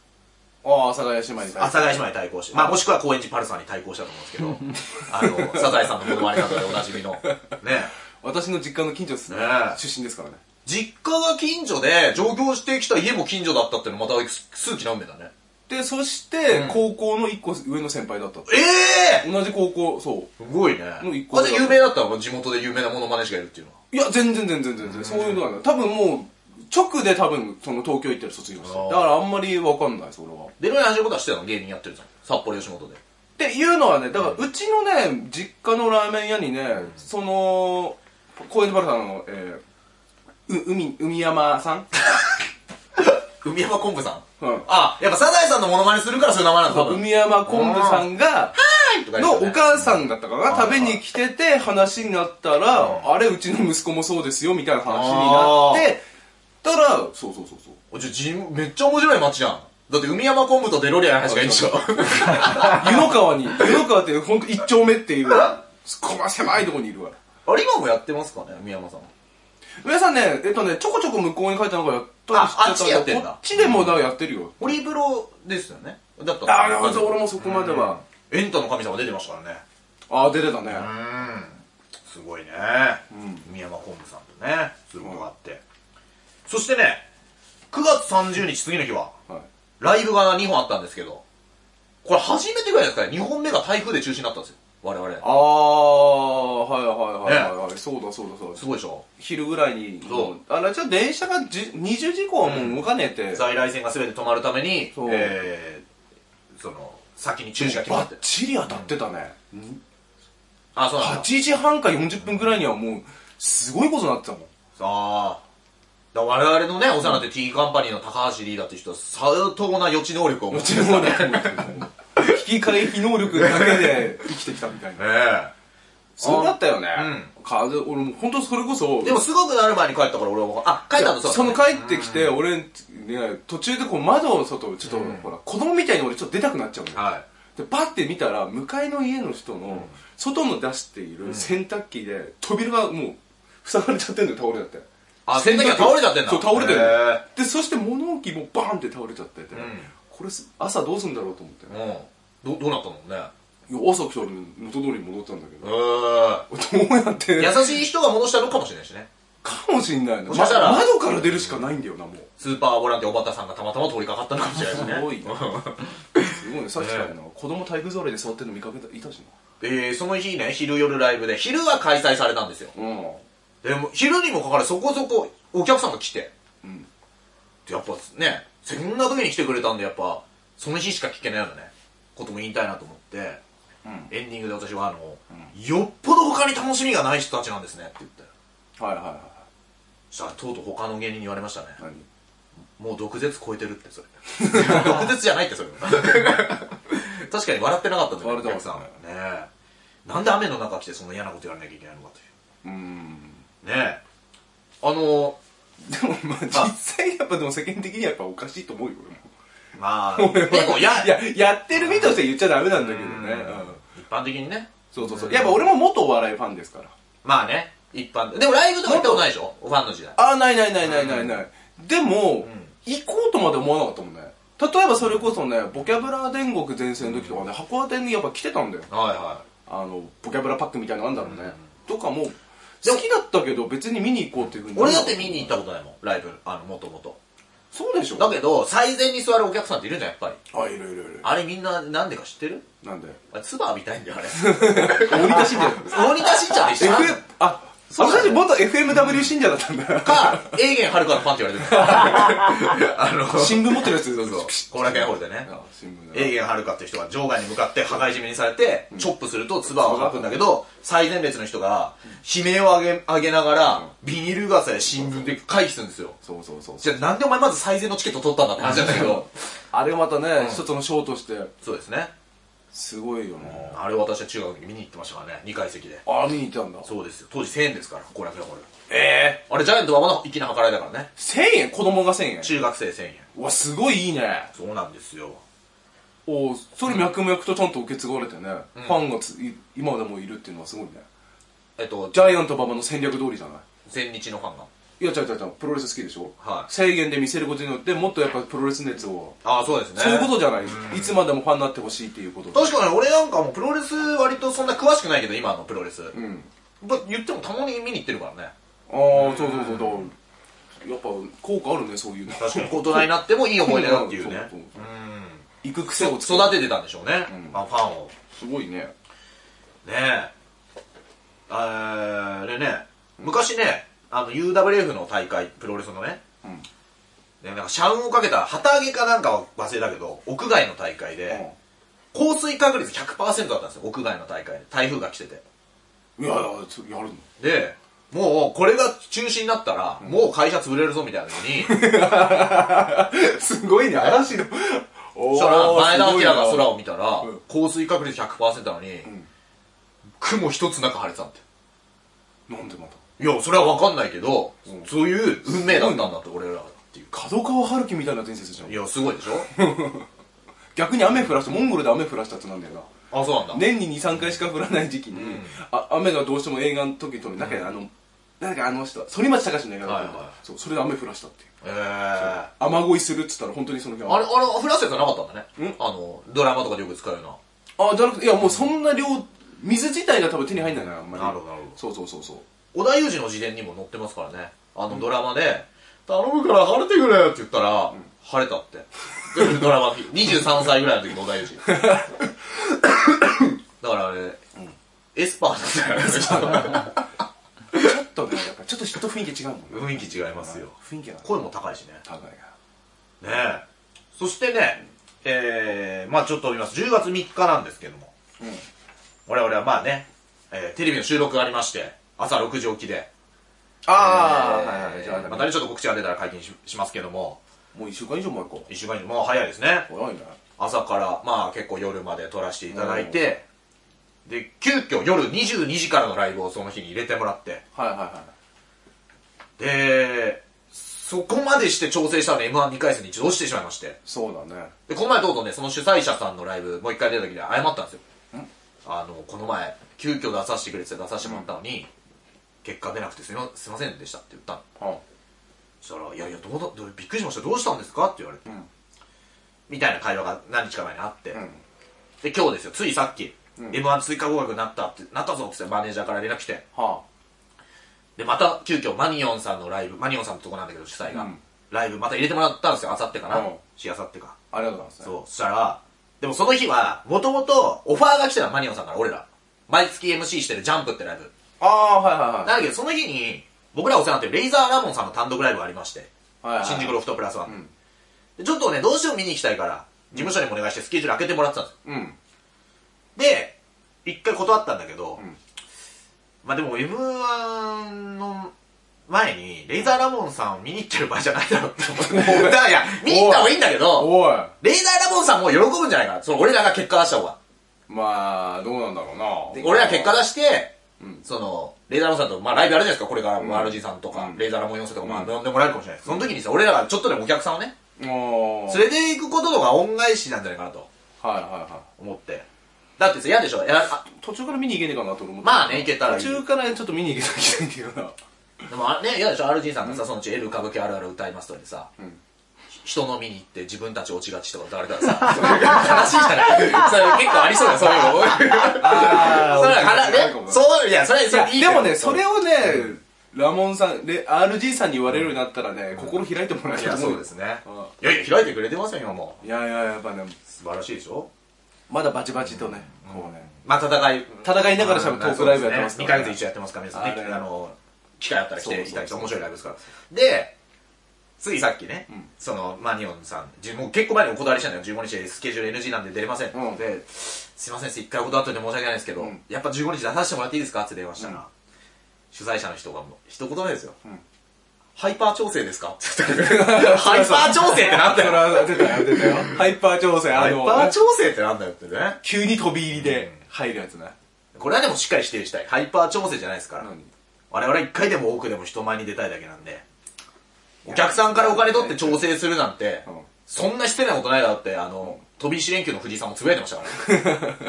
Speaker 2: いああ阿佐ヶ谷姉妹に
Speaker 1: 阿佐ヶ谷姉妹に対抗して、まあもしくは高円寺パルさんに対抗したと思うんですけど、あの、サザエさんのモノマネなどでおなじみの。ね。
Speaker 2: 私の実家の近所ですね
Speaker 1: ねえ
Speaker 2: 出身ですからね
Speaker 1: 実家が近所で、上京してきた家も近所だったっていうのまた数奇な運命だね。
Speaker 2: でそして
Speaker 1: ん
Speaker 2: 高校の一個上の先輩だった
Speaker 1: ええー
Speaker 2: 同じ高校そう
Speaker 1: すごいね。
Speaker 2: もう一個
Speaker 1: あ、じゃあ有名だったの地元で有名なモノマネ師がいるっていうの
Speaker 2: いや、全然全然全然。そういうのはない多分もう、直で多分、その東京行ったら卒業して
Speaker 1: あー
Speaker 2: る。だからあんまりわかんないです、俺は。
Speaker 1: で、出る前に始めることはしてたの芸人やってるじゃん。札幌吉本で。
Speaker 2: っていうのはね、だからうちのね、実家のラーメン屋にね、その、高円寺バルさんの、えー、う、海、海山さん
Speaker 1: 海山昆布さん。
Speaker 2: うん
Speaker 1: あ、やっぱサザエさんのモノマネするからそういう名前なんだ、多分。
Speaker 2: 海山昆布さんが、
Speaker 1: とか言
Speaker 2: の
Speaker 1: ってた
Speaker 2: お
Speaker 1: ね
Speaker 2: 母さんだったか
Speaker 1: あ
Speaker 2: な
Speaker 1: ー
Speaker 2: 食べに来てて話になったら、あれ、うちの息子もそうですよ、みたいな話になって、たら、そうそうそうそう。
Speaker 1: おじゃあじめっちゃ面白い街じゃん。だって海山昆布とデロリアン話がいいでしょ。
Speaker 2: 湯の川
Speaker 1: *laughs*
Speaker 2: に、湯の川ってほんと一丁目っていう、こま狭いとこにいるわ。
Speaker 1: あれ今もやってますかね、海山さん。
Speaker 2: 皆さんね、えっとね、ちょこちょこ向こうに書いたのがやったりして
Speaker 1: ああっちでやってんだ
Speaker 2: こっちでもだからやってるよ。
Speaker 1: オリーブロですよね。だった
Speaker 2: ああ、なるほど、俺もそこまでは。
Speaker 1: エンタの神様出てましたからね。
Speaker 2: ああ、出てたね。
Speaker 1: うんすごいね、海山昆布さんとねすることがあって、そしてね9月30日次の日は
Speaker 2: はい。
Speaker 1: ライブが2本あったんですけどこれ初めてぐらいですかね2本目が台風で中止になったんですよ我々
Speaker 2: ああ、はいはいはいはいはい。そうだそうだそうだ
Speaker 1: す。ごいでしょ
Speaker 2: 昼ぐらいに。
Speaker 1: そう
Speaker 2: あら、じゃあ電車がじ20時以降はもう動かねえって。
Speaker 1: 在来線が全て止まるために
Speaker 2: そう
Speaker 1: えー、その先に中止が決ま
Speaker 2: バ
Speaker 1: って
Speaker 2: ッチリ当たってたね。
Speaker 1: あそうなんだ
Speaker 2: 8時半か40分ぐらいにはもう、すごいことになってたもん。
Speaker 1: さあだから我々のね、お世話になってる T カンパニーの高橋リーダーっていう人は相当な予知能力を持
Speaker 2: う
Speaker 1: って
Speaker 2: ち
Speaker 1: る
Speaker 2: の方で。引き回避能力だけで生きてきたみた
Speaker 1: *laughs*
Speaker 2: いな。
Speaker 1: ねえ
Speaker 2: そうだったよね。
Speaker 1: う
Speaker 2: 風邪、俺もう本当それこそ。
Speaker 1: でもすごくなる前に帰ったから俺は、あ、帰ったんだ、
Speaker 2: その
Speaker 1: 帰
Speaker 2: 帰ってきて、俺、ね、途中でこう窓の外、ちょっと、ほら、子供みたいに俺ちょっと出たくなっちゃうのよ。
Speaker 1: は
Speaker 2: で、バッて見たら、向かいの家の人の、外の出している洗濯機で、扉がもう、塞がれちゃってんのよ、倒れちゃって。
Speaker 1: あ洗濯機が倒れちゃってんだ
Speaker 2: そう、倒れてる
Speaker 1: へ
Speaker 2: ので、そして物置もバーンって倒れちゃってて、これす、朝どうすんだろうと思って。
Speaker 1: い。うん。ど、どうなったのね。
Speaker 2: いや朝来たら元通りに戻ったんだけ
Speaker 1: う
Speaker 2: ど、どうやって、
Speaker 1: ん。優しい人が戻したのかもしれないしね。
Speaker 2: かもしんないの。
Speaker 1: もしかしたら
Speaker 2: ま窓から出るしかないんだよな、もう。
Speaker 1: スーパーボランティアおばたさんがたまたま通りかかったのかもしれないしね。
Speaker 2: すごいなすごいね、さっきからな、子供体育座りで座ってるの見かけた、いたし
Speaker 1: えー、その日ね、昼夜ライブで、昼は開催されたんですよ。
Speaker 2: な。うん。
Speaker 1: でも昼にもかかわらずそこそこお客さんが来て、
Speaker 2: ん
Speaker 1: でやっぱねそんな時に来てくれたんでやっぱその日しか聞けないようなねことも言いたいなと思って、
Speaker 2: うん
Speaker 1: エンディングで私はあの、よっぽど他に楽しみがない人たちなんですねって言って
Speaker 2: はいはいはい
Speaker 1: そしたらとうとう他の芸人に言われましたね、
Speaker 2: 何
Speaker 1: もう毒舌超えてるってそれ *laughs* 毒舌じゃないってそれ *laughs* 確かに笑ってなかったと思う
Speaker 2: 笑って
Speaker 1: お客
Speaker 2: なかった
Speaker 1: さんねえなんで雨の中来てそんな嫌なことやらなきゃいけないのかという
Speaker 2: ーん
Speaker 1: うねえあの
Speaker 2: でもまあ実際やっぱでも世間的にはやっぱおかしいと思うよ
Speaker 1: *laughs* まあ
Speaker 2: *laughs* 俺
Speaker 1: 結
Speaker 2: も
Speaker 1: 構や
Speaker 2: いややってる身として言っちゃダメなんだけどね
Speaker 1: うん
Speaker 2: うん
Speaker 1: 一般的にね
Speaker 2: そうそうそうやっぱ俺も元お笑いファンですから
Speaker 1: まあね一般でもライブとか行ったことないでしょファンの時代
Speaker 2: ああないないないないないない、でも、
Speaker 1: ん
Speaker 2: 行こうとまで思わなかったもんね例えばそれこそねボキャブラ天国前線の時とかね函館にやっぱ来てたんだよ
Speaker 1: はいは
Speaker 2: あのボキャブラパックみたいなのあんだろうね、とかもう
Speaker 1: でも
Speaker 2: 好きだったけど別に見に行こうっていうふうに
Speaker 1: い俺だって見に行った
Speaker 2: た
Speaker 1: ことないもんライブあのもともと
Speaker 2: そうでしょ
Speaker 1: だけど最前に座るお客さんっているじゃんやっぱり
Speaker 2: あいるいるいる
Speaker 1: あれみんななんでか知ってる
Speaker 2: なんで
Speaker 1: あれ唾浴びたいんだよあれ *laughs*
Speaker 2: 鬼田信者
Speaker 1: 大仁田信者でしょ
Speaker 2: F あ
Speaker 1: そうだね
Speaker 2: 私元 FMW 信者だったんだ
Speaker 1: か、エーゲンはるかのファンって言われてる。 *laughs* あの、
Speaker 2: 新聞持ってるやつ
Speaker 1: そうそう後楽園ホールでね
Speaker 2: あ新聞
Speaker 1: エー
Speaker 2: だ
Speaker 1: ゲンはるかって人が場外に向かって羽交い締めにされて、チョップすると唾を吐くんだけど、最前列の人が悲鳴を上げ上げながら、ビニール傘や新聞で回避するんですよ。
Speaker 2: そうそうそう
Speaker 1: じゃあなんでお前まず最前のチケット取ったんだって話なんだけど。
Speaker 2: あれがまたね、一つのショーとして
Speaker 1: そうですね。
Speaker 2: すごいよね、
Speaker 1: あれ私は中学の時見に行ってましたからね、2階席で。
Speaker 2: あ見に行ったんだ
Speaker 1: そうですよ。当時1000円ですから、後楽園ホール。
Speaker 2: ええ
Speaker 1: あれジャイアントはまだ粋な計らいだからね。
Speaker 2: 1000円子供が1000円
Speaker 1: 中学生1000円。
Speaker 2: うわすごいいいね
Speaker 1: そうなんですよ。
Speaker 2: おおそれ脈々とちゃんと受け継がれてね、ファンがつい今でもいるっていうのはすごいね
Speaker 1: えっと、
Speaker 2: ジャイアント馬場の戦略通りじゃない
Speaker 1: 全日のファンが。
Speaker 2: いや違う違う違うプロレス好きでしょ
Speaker 1: はい
Speaker 2: 制限で見せることによってもっとやっぱプロレス熱を
Speaker 1: ああ、そうですね。
Speaker 2: そういうことじゃないいつまでもファンになってほしいっていうこと
Speaker 1: 確かに俺なんかもプロレス割とそんな詳しくないけど今のプロレス、
Speaker 2: うん
Speaker 1: ま言ってもたまに見に行ってるからね
Speaker 2: ああそうそうそうだからやっぱ効果あるねそういうの
Speaker 1: 確かに大人になってもいい思い出だっていうね
Speaker 2: *laughs* そうそう行く癖
Speaker 1: そ
Speaker 2: を
Speaker 1: う
Speaker 2: つけ
Speaker 1: 育ててたんでしょうね、
Speaker 2: うん
Speaker 1: まあ、ファンを
Speaker 2: すごいね
Speaker 1: ねえあれね昔ねあの UWF の大会プロレスのね、
Speaker 2: うん
Speaker 1: でなんか社運をかけた旗揚げかなんかは忘れたけど屋外の大会で、降水確率100%だったんですよ屋外の大会で台風が来てて
Speaker 2: うんいやいやつやるの
Speaker 1: で、もうこれが中止になったら、もう会社潰れるぞみたいな時
Speaker 2: *laughs*
Speaker 1: に、そし *laughs*
Speaker 2: すごいね、嵐の。 *laughs* お
Speaker 1: たら前田
Speaker 2: す
Speaker 1: 明
Speaker 2: ごいな
Speaker 1: が空を見たら
Speaker 2: うん、
Speaker 1: 降水確率100%なのに
Speaker 2: ん、
Speaker 1: 雲一つなく晴れてたって。
Speaker 2: なんでまた。
Speaker 1: いや、それはわかんないけど
Speaker 2: う、ん
Speaker 1: そういう運命だったんだって、俺らはっていう。
Speaker 2: 角川春樹みたいな伝説じゃん
Speaker 1: い。や、すごいでしょ
Speaker 2: 逆に雨降らした、モンゴルで雨降らしたやつなんだよな。
Speaker 1: あ、そうなんだ。
Speaker 2: 年に2、3回しか降らない時期に、あ雨がどうしても映画の時と、なんかあの、なんかあの人、反町隆史の映画だったんだ
Speaker 1: はいはい
Speaker 2: そう、それで雨降らしたっていう。
Speaker 1: えー。
Speaker 2: 雨乞いするっつったら本当にその日
Speaker 1: あ
Speaker 2: は
Speaker 1: れ、あれ、フラスやつはなかったんだね
Speaker 2: ん。
Speaker 1: あの、ドラマとかでよく使うよ
Speaker 2: あ、じゃなくて、いやもうそんな量、水自体が多分手に入んないな、あんま
Speaker 1: う
Speaker 2: り。
Speaker 1: な。なるほど、なるほど。
Speaker 2: そうそうそうそう。
Speaker 1: 織田裕二の自伝にも載ってますからねあのドラマで「頼むから晴れてくれ」って言ったら、晴れたってドラマ23歳ぐらいの時の織田裕 *laughs* 二だからあれ、エスパーなんだよね
Speaker 2: ちょっとね、やっぱちょっと人と雰囲気違うもんね。
Speaker 1: 雰囲気違いますよ
Speaker 2: 雰囲気が
Speaker 1: 声も高いしね
Speaker 2: 高いが。
Speaker 1: ねえそしてねえー、まあちょっと見ます10月3日なんですけども、我々はまあね、えーテレビの収録がありまして朝6時起きで
Speaker 2: ああ、
Speaker 1: えー
Speaker 2: はいはい、じゃあ、
Speaker 1: またねちょっと告知が出たら解禁ししますけども
Speaker 2: もう1週間以上前か
Speaker 1: 一週間以上もう早いですね
Speaker 2: 早いね
Speaker 1: 朝からまあ結構夜まで撮らせていただいて、で急遽夜22時からのライブをその日に入れてもらって
Speaker 2: はいはいは
Speaker 1: でそこまでして調整したの m 1 2回戦に一度落ちてしまいまして
Speaker 2: いそうだね
Speaker 1: でこの前とうとうねその主催者さんのライブもう一回出た時に謝ったんですよあのこの前急遽出させてくれって出させてもらったのに、結果出なくてすいませんでしたって言ったの
Speaker 2: は
Speaker 1: そしたら「いやいやどうだどうびっくりしましたどうしたんですか?」って言われて、
Speaker 2: ん
Speaker 1: みたいな会話が何日か前にあって、
Speaker 2: ん
Speaker 1: で今日ですよついさっき、m 1追加合格になったってなったぞってマネージャーから連絡来て
Speaker 2: あは
Speaker 1: でまた急遽マニオンさんのライブマニオンさんのとこなんだけど主催が、
Speaker 2: うん
Speaker 1: ライブまた入れてもらったんですよあさってかな、
Speaker 2: うん
Speaker 1: しあさってか
Speaker 2: あありがとうございます
Speaker 1: そうそしたらでもその日はもともとオファーが来てたのマニオンさんから俺ら毎月 MC してるジャンプってライブ
Speaker 2: ああはいはいは
Speaker 1: なんだけどその日に僕らお世話になってるレイザーラモンさんの単独ライブがありまして、
Speaker 2: はいはい
Speaker 1: 新宿ロフトプラスワン、
Speaker 2: ん
Speaker 1: でちょっとね、どうしても見に行きたいから、事務所にもお願いしてスケジュール開けてもらってたんですよ。
Speaker 2: うん
Speaker 1: で、一回断ったんだけど、
Speaker 2: ん
Speaker 1: まあでも M1 の前に、レイザーラモンさんを見に行ってる場合じゃないだろうって思
Speaker 2: *laughs*
Speaker 1: って。だからいや、見に行った方がいいんだけど、
Speaker 2: おい
Speaker 1: レイザーラモンさんも喜ぶんじゃないかな。その俺らが結果出した方が。
Speaker 2: まあどうなんだろう
Speaker 1: で
Speaker 2: な
Speaker 1: 俺ら結果出して、
Speaker 2: うん
Speaker 1: その、レイザーラモンさんと、まあライブあるじゃないですか、これから、
Speaker 2: ん
Speaker 1: まあ RG さんとか、
Speaker 2: うん
Speaker 1: レイザーラモン4世とか、まあ
Speaker 2: うん
Speaker 1: 呼んでもらえるかもしれないです。その時にさ、俺らがちょっとでもお客さんをね、
Speaker 2: おー
Speaker 1: 連れて行くことの方が恩返しなんじゃないかなと
Speaker 2: はいはいはい
Speaker 1: 思って。だってさ、嫌でしょいやあ
Speaker 2: 途中から見に行けねえかなと俺思って
Speaker 1: まあね行けたらいい
Speaker 2: 途中からちょっと見に行けたら行きたいんだけ
Speaker 1: *laughs*
Speaker 2: どな
Speaker 1: でもあね、嫌でしょ ?RG さんがさ、そのうち L 歌舞伎あるある歌いますとかでさ、
Speaker 2: ん
Speaker 1: 人の見に行って自分たち落ちがちとか歌われたらさ、悲しいじゃないそれ結構ありそうだよ、そう
Speaker 2: *laughs*
Speaker 1: いうの。
Speaker 2: あ
Speaker 1: それはからね、そう、いや、それ、それいい
Speaker 2: でもね、そ
Speaker 1: を
Speaker 2: れをね、ラモンさん、で RG さんに言われるようになったらね、心開いてもらえ
Speaker 1: い
Speaker 2: る
Speaker 1: や、
Speaker 2: と
Speaker 1: そう
Speaker 2: 思う
Speaker 1: です
Speaker 2: よ。
Speaker 1: ね
Speaker 2: うん。
Speaker 1: いやいや、開いてくれてますよ、今も。
Speaker 2: いやいや、やっぱね、
Speaker 1: 素晴らしいでしょ
Speaker 2: まだバチバチとね、こうね、
Speaker 1: まあ、戦い、
Speaker 2: 戦いながらしゃべトークライブやってます
Speaker 1: 2
Speaker 2: か
Speaker 1: ヶ
Speaker 2: ら
Speaker 1: 月
Speaker 2: ね。
Speaker 1: 一緒やってますから、皆さんね
Speaker 2: あ。れ
Speaker 1: あの、機会あったら来ていただきた
Speaker 2: そ
Speaker 1: いう
Speaker 2: そうそう
Speaker 1: 面白いライブですから。で、ついさっきね、その、マニオンさん、じゅもう結構前にお断りしたんだよ。15日スケジュール NG なんで出れません。
Speaker 2: うん
Speaker 1: で、すいません、一回お断ってで申し訳ないですけど、
Speaker 2: うん
Speaker 1: やっぱ15日出させてもらっていいですかって電話したら、
Speaker 2: うん
Speaker 1: 主催者の人がもう、一言目ですよ。
Speaker 2: ん
Speaker 1: ハイパー調整ですか
Speaker 2: *laughs*
Speaker 1: って言ってたけどハイパー調整ってなんだ
Speaker 2: そ
Speaker 1: よ
Speaker 2: れ。は出てたよ、出てたよ。ハイパー調整、
Speaker 1: ハ
Speaker 2: あ
Speaker 1: イパ
Speaker 2: の、
Speaker 1: ー調整ってなんだよってね。
Speaker 2: 急に飛び入りで入るやつな。
Speaker 1: これはでもしっかり否定したい。ハイパー調整じゃないですから。
Speaker 2: 何
Speaker 1: 我々一回でも多くでも人前に出たいだけなんで、お客さんからお金取って調整するなんて
Speaker 2: うん、
Speaker 1: そんな失礼なことないだろうって、あの、飛び石連休の藤井さんもつぶやいてましたからね。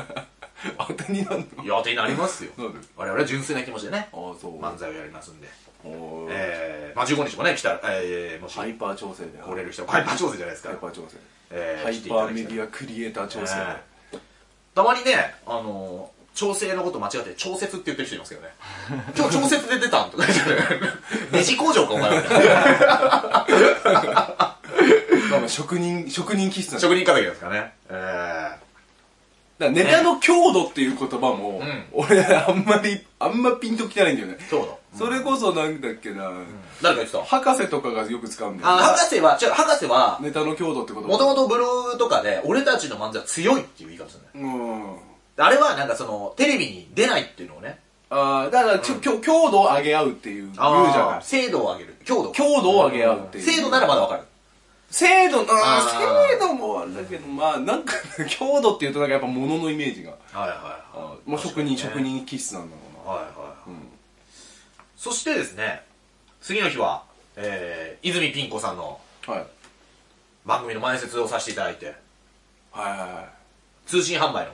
Speaker 2: 当てになる
Speaker 1: *laughs*
Speaker 2: の
Speaker 1: いや、当てになりますよ。
Speaker 2: そうです
Speaker 1: 我々は純粋な気持ちでね、
Speaker 2: ああ、そう。
Speaker 1: 漫才をやりますんで。
Speaker 2: おー
Speaker 1: えー、まあ15日もね、来たら、えー、もし
Speaker 2: ハイパー調整で。
Speaker 1: 来れる人も、ハイパー調整じゃないですか
Speaker 2: ハイ。パー調整。
Speaker 1: えー
Speaker 2: ハイ
Speaker 1: 来てい
Speaker 2: パ
Speaker 1: た
Speaker 2: ー
Speaker 1: だき
Speaker 2: メデ
Speaker 1: たい
Speaker 2: ィアクリエイター調整。
Speaker 1: えーたまにね、あのー、調整のこと間違って調節って言ってる人いますけど *laughs* ね。今日調節で出たんとか言って、 *laughs* ネジ工場かお前は。
Speaker 2: まあまあ職人、職人気質なんで
Speaker 1: 職人家族ですかね。え
Speaker 2: だからネタの強度っていう言葉も、
Speaker 1: うん
Speaker 2: 俺あんまり、あんまピンときてないんだよね。
Speaker 1: ー、強度。
Speaker 2: それこそなんだっけな、
Speaker 1: 誰か言ってた
Speaker 2: 博士とかがよく使うんだよ、
Speaker 1: あ
Speaker 2: ね。
Speaker 1: 博士は、違う、博士は、
Speaker 2: ネタの強度ってこと
Speaker 1: もともとブログとかで、俺たちの漫才は強いっていう言い方するね。
Speaker 2: うん。
Speaker 1: あれはなんかその、テレビに出ないっていうのをね、
Speaker 2: あーだから、ちょ、強強度を上げ合うっていう、言うじゃない。
Speaker 1: 精度を上げる。強度。
Speaker 2: 強度を上げ合うっていう。
Speaker 1: 精度ならまだわかる。
Speaker 2: 精度、あ
Speaker 1: あ
Speaker 2: ー精度もあれだけど、まあなんか、 *laughs* 強度っていうとなんかやっぱ物のイメージが。
Speaker 1: はいはい
Speaker 2: あーもう職人、職。人気質なんだろうな。
Speaker 1: はいはい。そしてですね、次の日は、えー、泉ピン子さんの
Speaker 2: はい。
Speaker 1: 番組の前説をさせていただいて、
Speaker 2: はいはいは
Speaker 1: 通信販売の、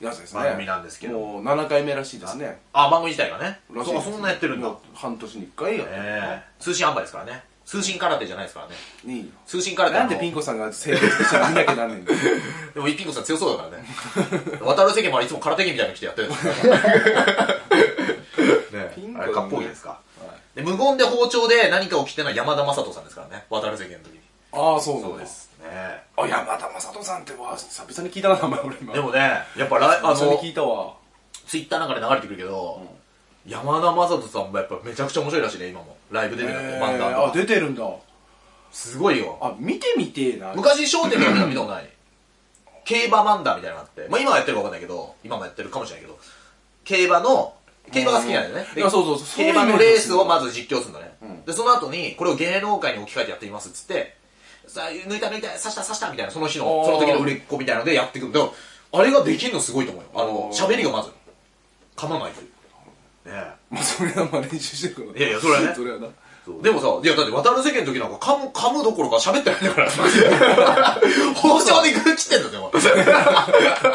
Speaker 2: い。やつですね。
Speaker 1: 番組なんですけど
Speaker 2: もう7回目らしいですね。
Speaker 1: あ、番組自体がね。
Speaker 2: らしい
Speaker 1: そ
Speaker 2: で
Speaker 1: う、
Speaker 2: すね
Speaker 1: そんなやってるんだ。
Speaker 2: もう半年に一回やってるのか
Speaker 1: えー、通信販売ですからね。通信空手じゃないですからね。
Speaker 2: なに
Speaker 1: 通信空手の
Speaker 2: なんでピン子さんが整列して見なきゃなんねんだよ
Speaker 1: *laughs* でも、一品こさん強そうだからね。 *laughs* 渡る世間もあれいつも空手着みたいなの着てやってるんですよ *laughs* ね
Speaker 2: ピン
Speaker 1: あ
Speaker 2: ク
Speaker 1: れ、かっこいいですか。
Speaker 2: はい
Speaker 1: で、無言で包丁で何かを着てるのは山田雅人さんですからね。渡る世間の時に。
Speaker 2: ああそうなんだ
Speaker 1: すね。
Speaker 2: あ山田雅人さんってわ久々に聞いたな名前俺今
Speaker 1: でもね、やっぱライ、あ
Speaker 2: 久
Speaker 1: の、
Speaker 2: 々に聞いたわ
Speaker 1: ツイッターなんかで流れてくるけど、山田雅人さんもやっぱめちゃくちゃ面白いらしいね、今も。ライブ出てるの
Speaker 2: え
Speaker 1: と、
Speaker 2: ー
Speaker 1: 漫談
Speaker 2: あ
Speaker 1: とか。
Speaker 2: 出てるんだ
Speaker 1: すごいよ。
Speaker 2: あ見てみてえな
Speaker 1: 昔、焦点でやってたの見たことない。競馬漫談みたいなのがあって、まあ今はやってるかわかんないけど、今もやってるかもしれないけど、競馬の、競馬が好きなんだよね。
Speaker 2: うん
Speaker 1: で
Speaker 2: いやそうそうそう
Speaker 1: 競馬のレースをまず実況するのね。
Speaker 2: ん
Speaker 1: で、その後に、これを芸能界に置き換えてやってみますっつって、さあ、抜いた抜いた、刺した刺したみたいな、その日の
Speaker 2: お、ー
Speaker 1: その時の売れっ子みたいなのでやっていくんだからあれができるのすごいと思うよ。あの、
Speaker 2: おー
Speaker 1: 喋りがまず、噛まないという。ねえ。
Speaker 2: *laughs* まあそれはまあ練習してるから
Speaker 1: いやいやそれはね
Speaker 2: それはな
Speaker 1: そうでもさ、いやだって渡る世間の時なんか噛む、噛むどころか喋ってないんだから。 *laughs* 包丁で食い切ってんだぜ、お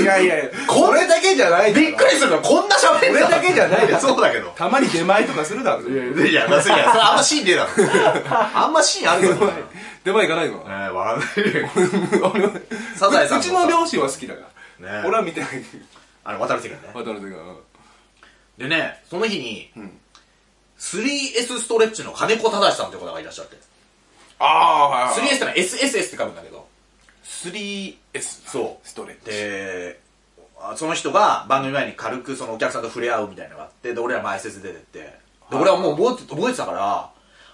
Speaker 1: 前。
Speaker 2: いやいやいや
Speaker 1: これ
Speaker 2: だけじゃない
Speaker 1: びっくりするのこんな喋る
Speaker 2: これだけじゃないです
Speaker 1: そうだけど。
Speaker 2: たまに出前とかするだろ
Speaker 1: いや、別にいや、それあんまシーンねえだろ。 *laughs* あんまシーンあるけどな。
Speaker 2: 出前行かないの
Speaker 1: えー、笑う。
Speaker 2: 俺 *laughs* は
Speaker 1: サザエさん
Speaker 2: う
Speaker 1: と
Speaker 2: ち
Speaker 1: か
Speaker 2: の両親は好きだから
Speaker 1: ね
Speaker 2: 俺は見てない
Speaker 1: あれ、渡る世間ね。
Speaker 2: 渡辺が
Speaker 1: でね、その日に、3S ストレッチの金子正さんって方がいらっしゃって。
Speaker 2: ああは
Speaker 1: 3S ってのは SSS って書くんだけど。
Speaker 2: 3S
Speaker 1: そう
Speaker 2: ストレッチ
Speaker 1: で、あその人が番組前に軽くそのお客さんと触れ合うみたいなのがあって、で、俺ら前説出てって、で俺はもう覚えて覚えてたから、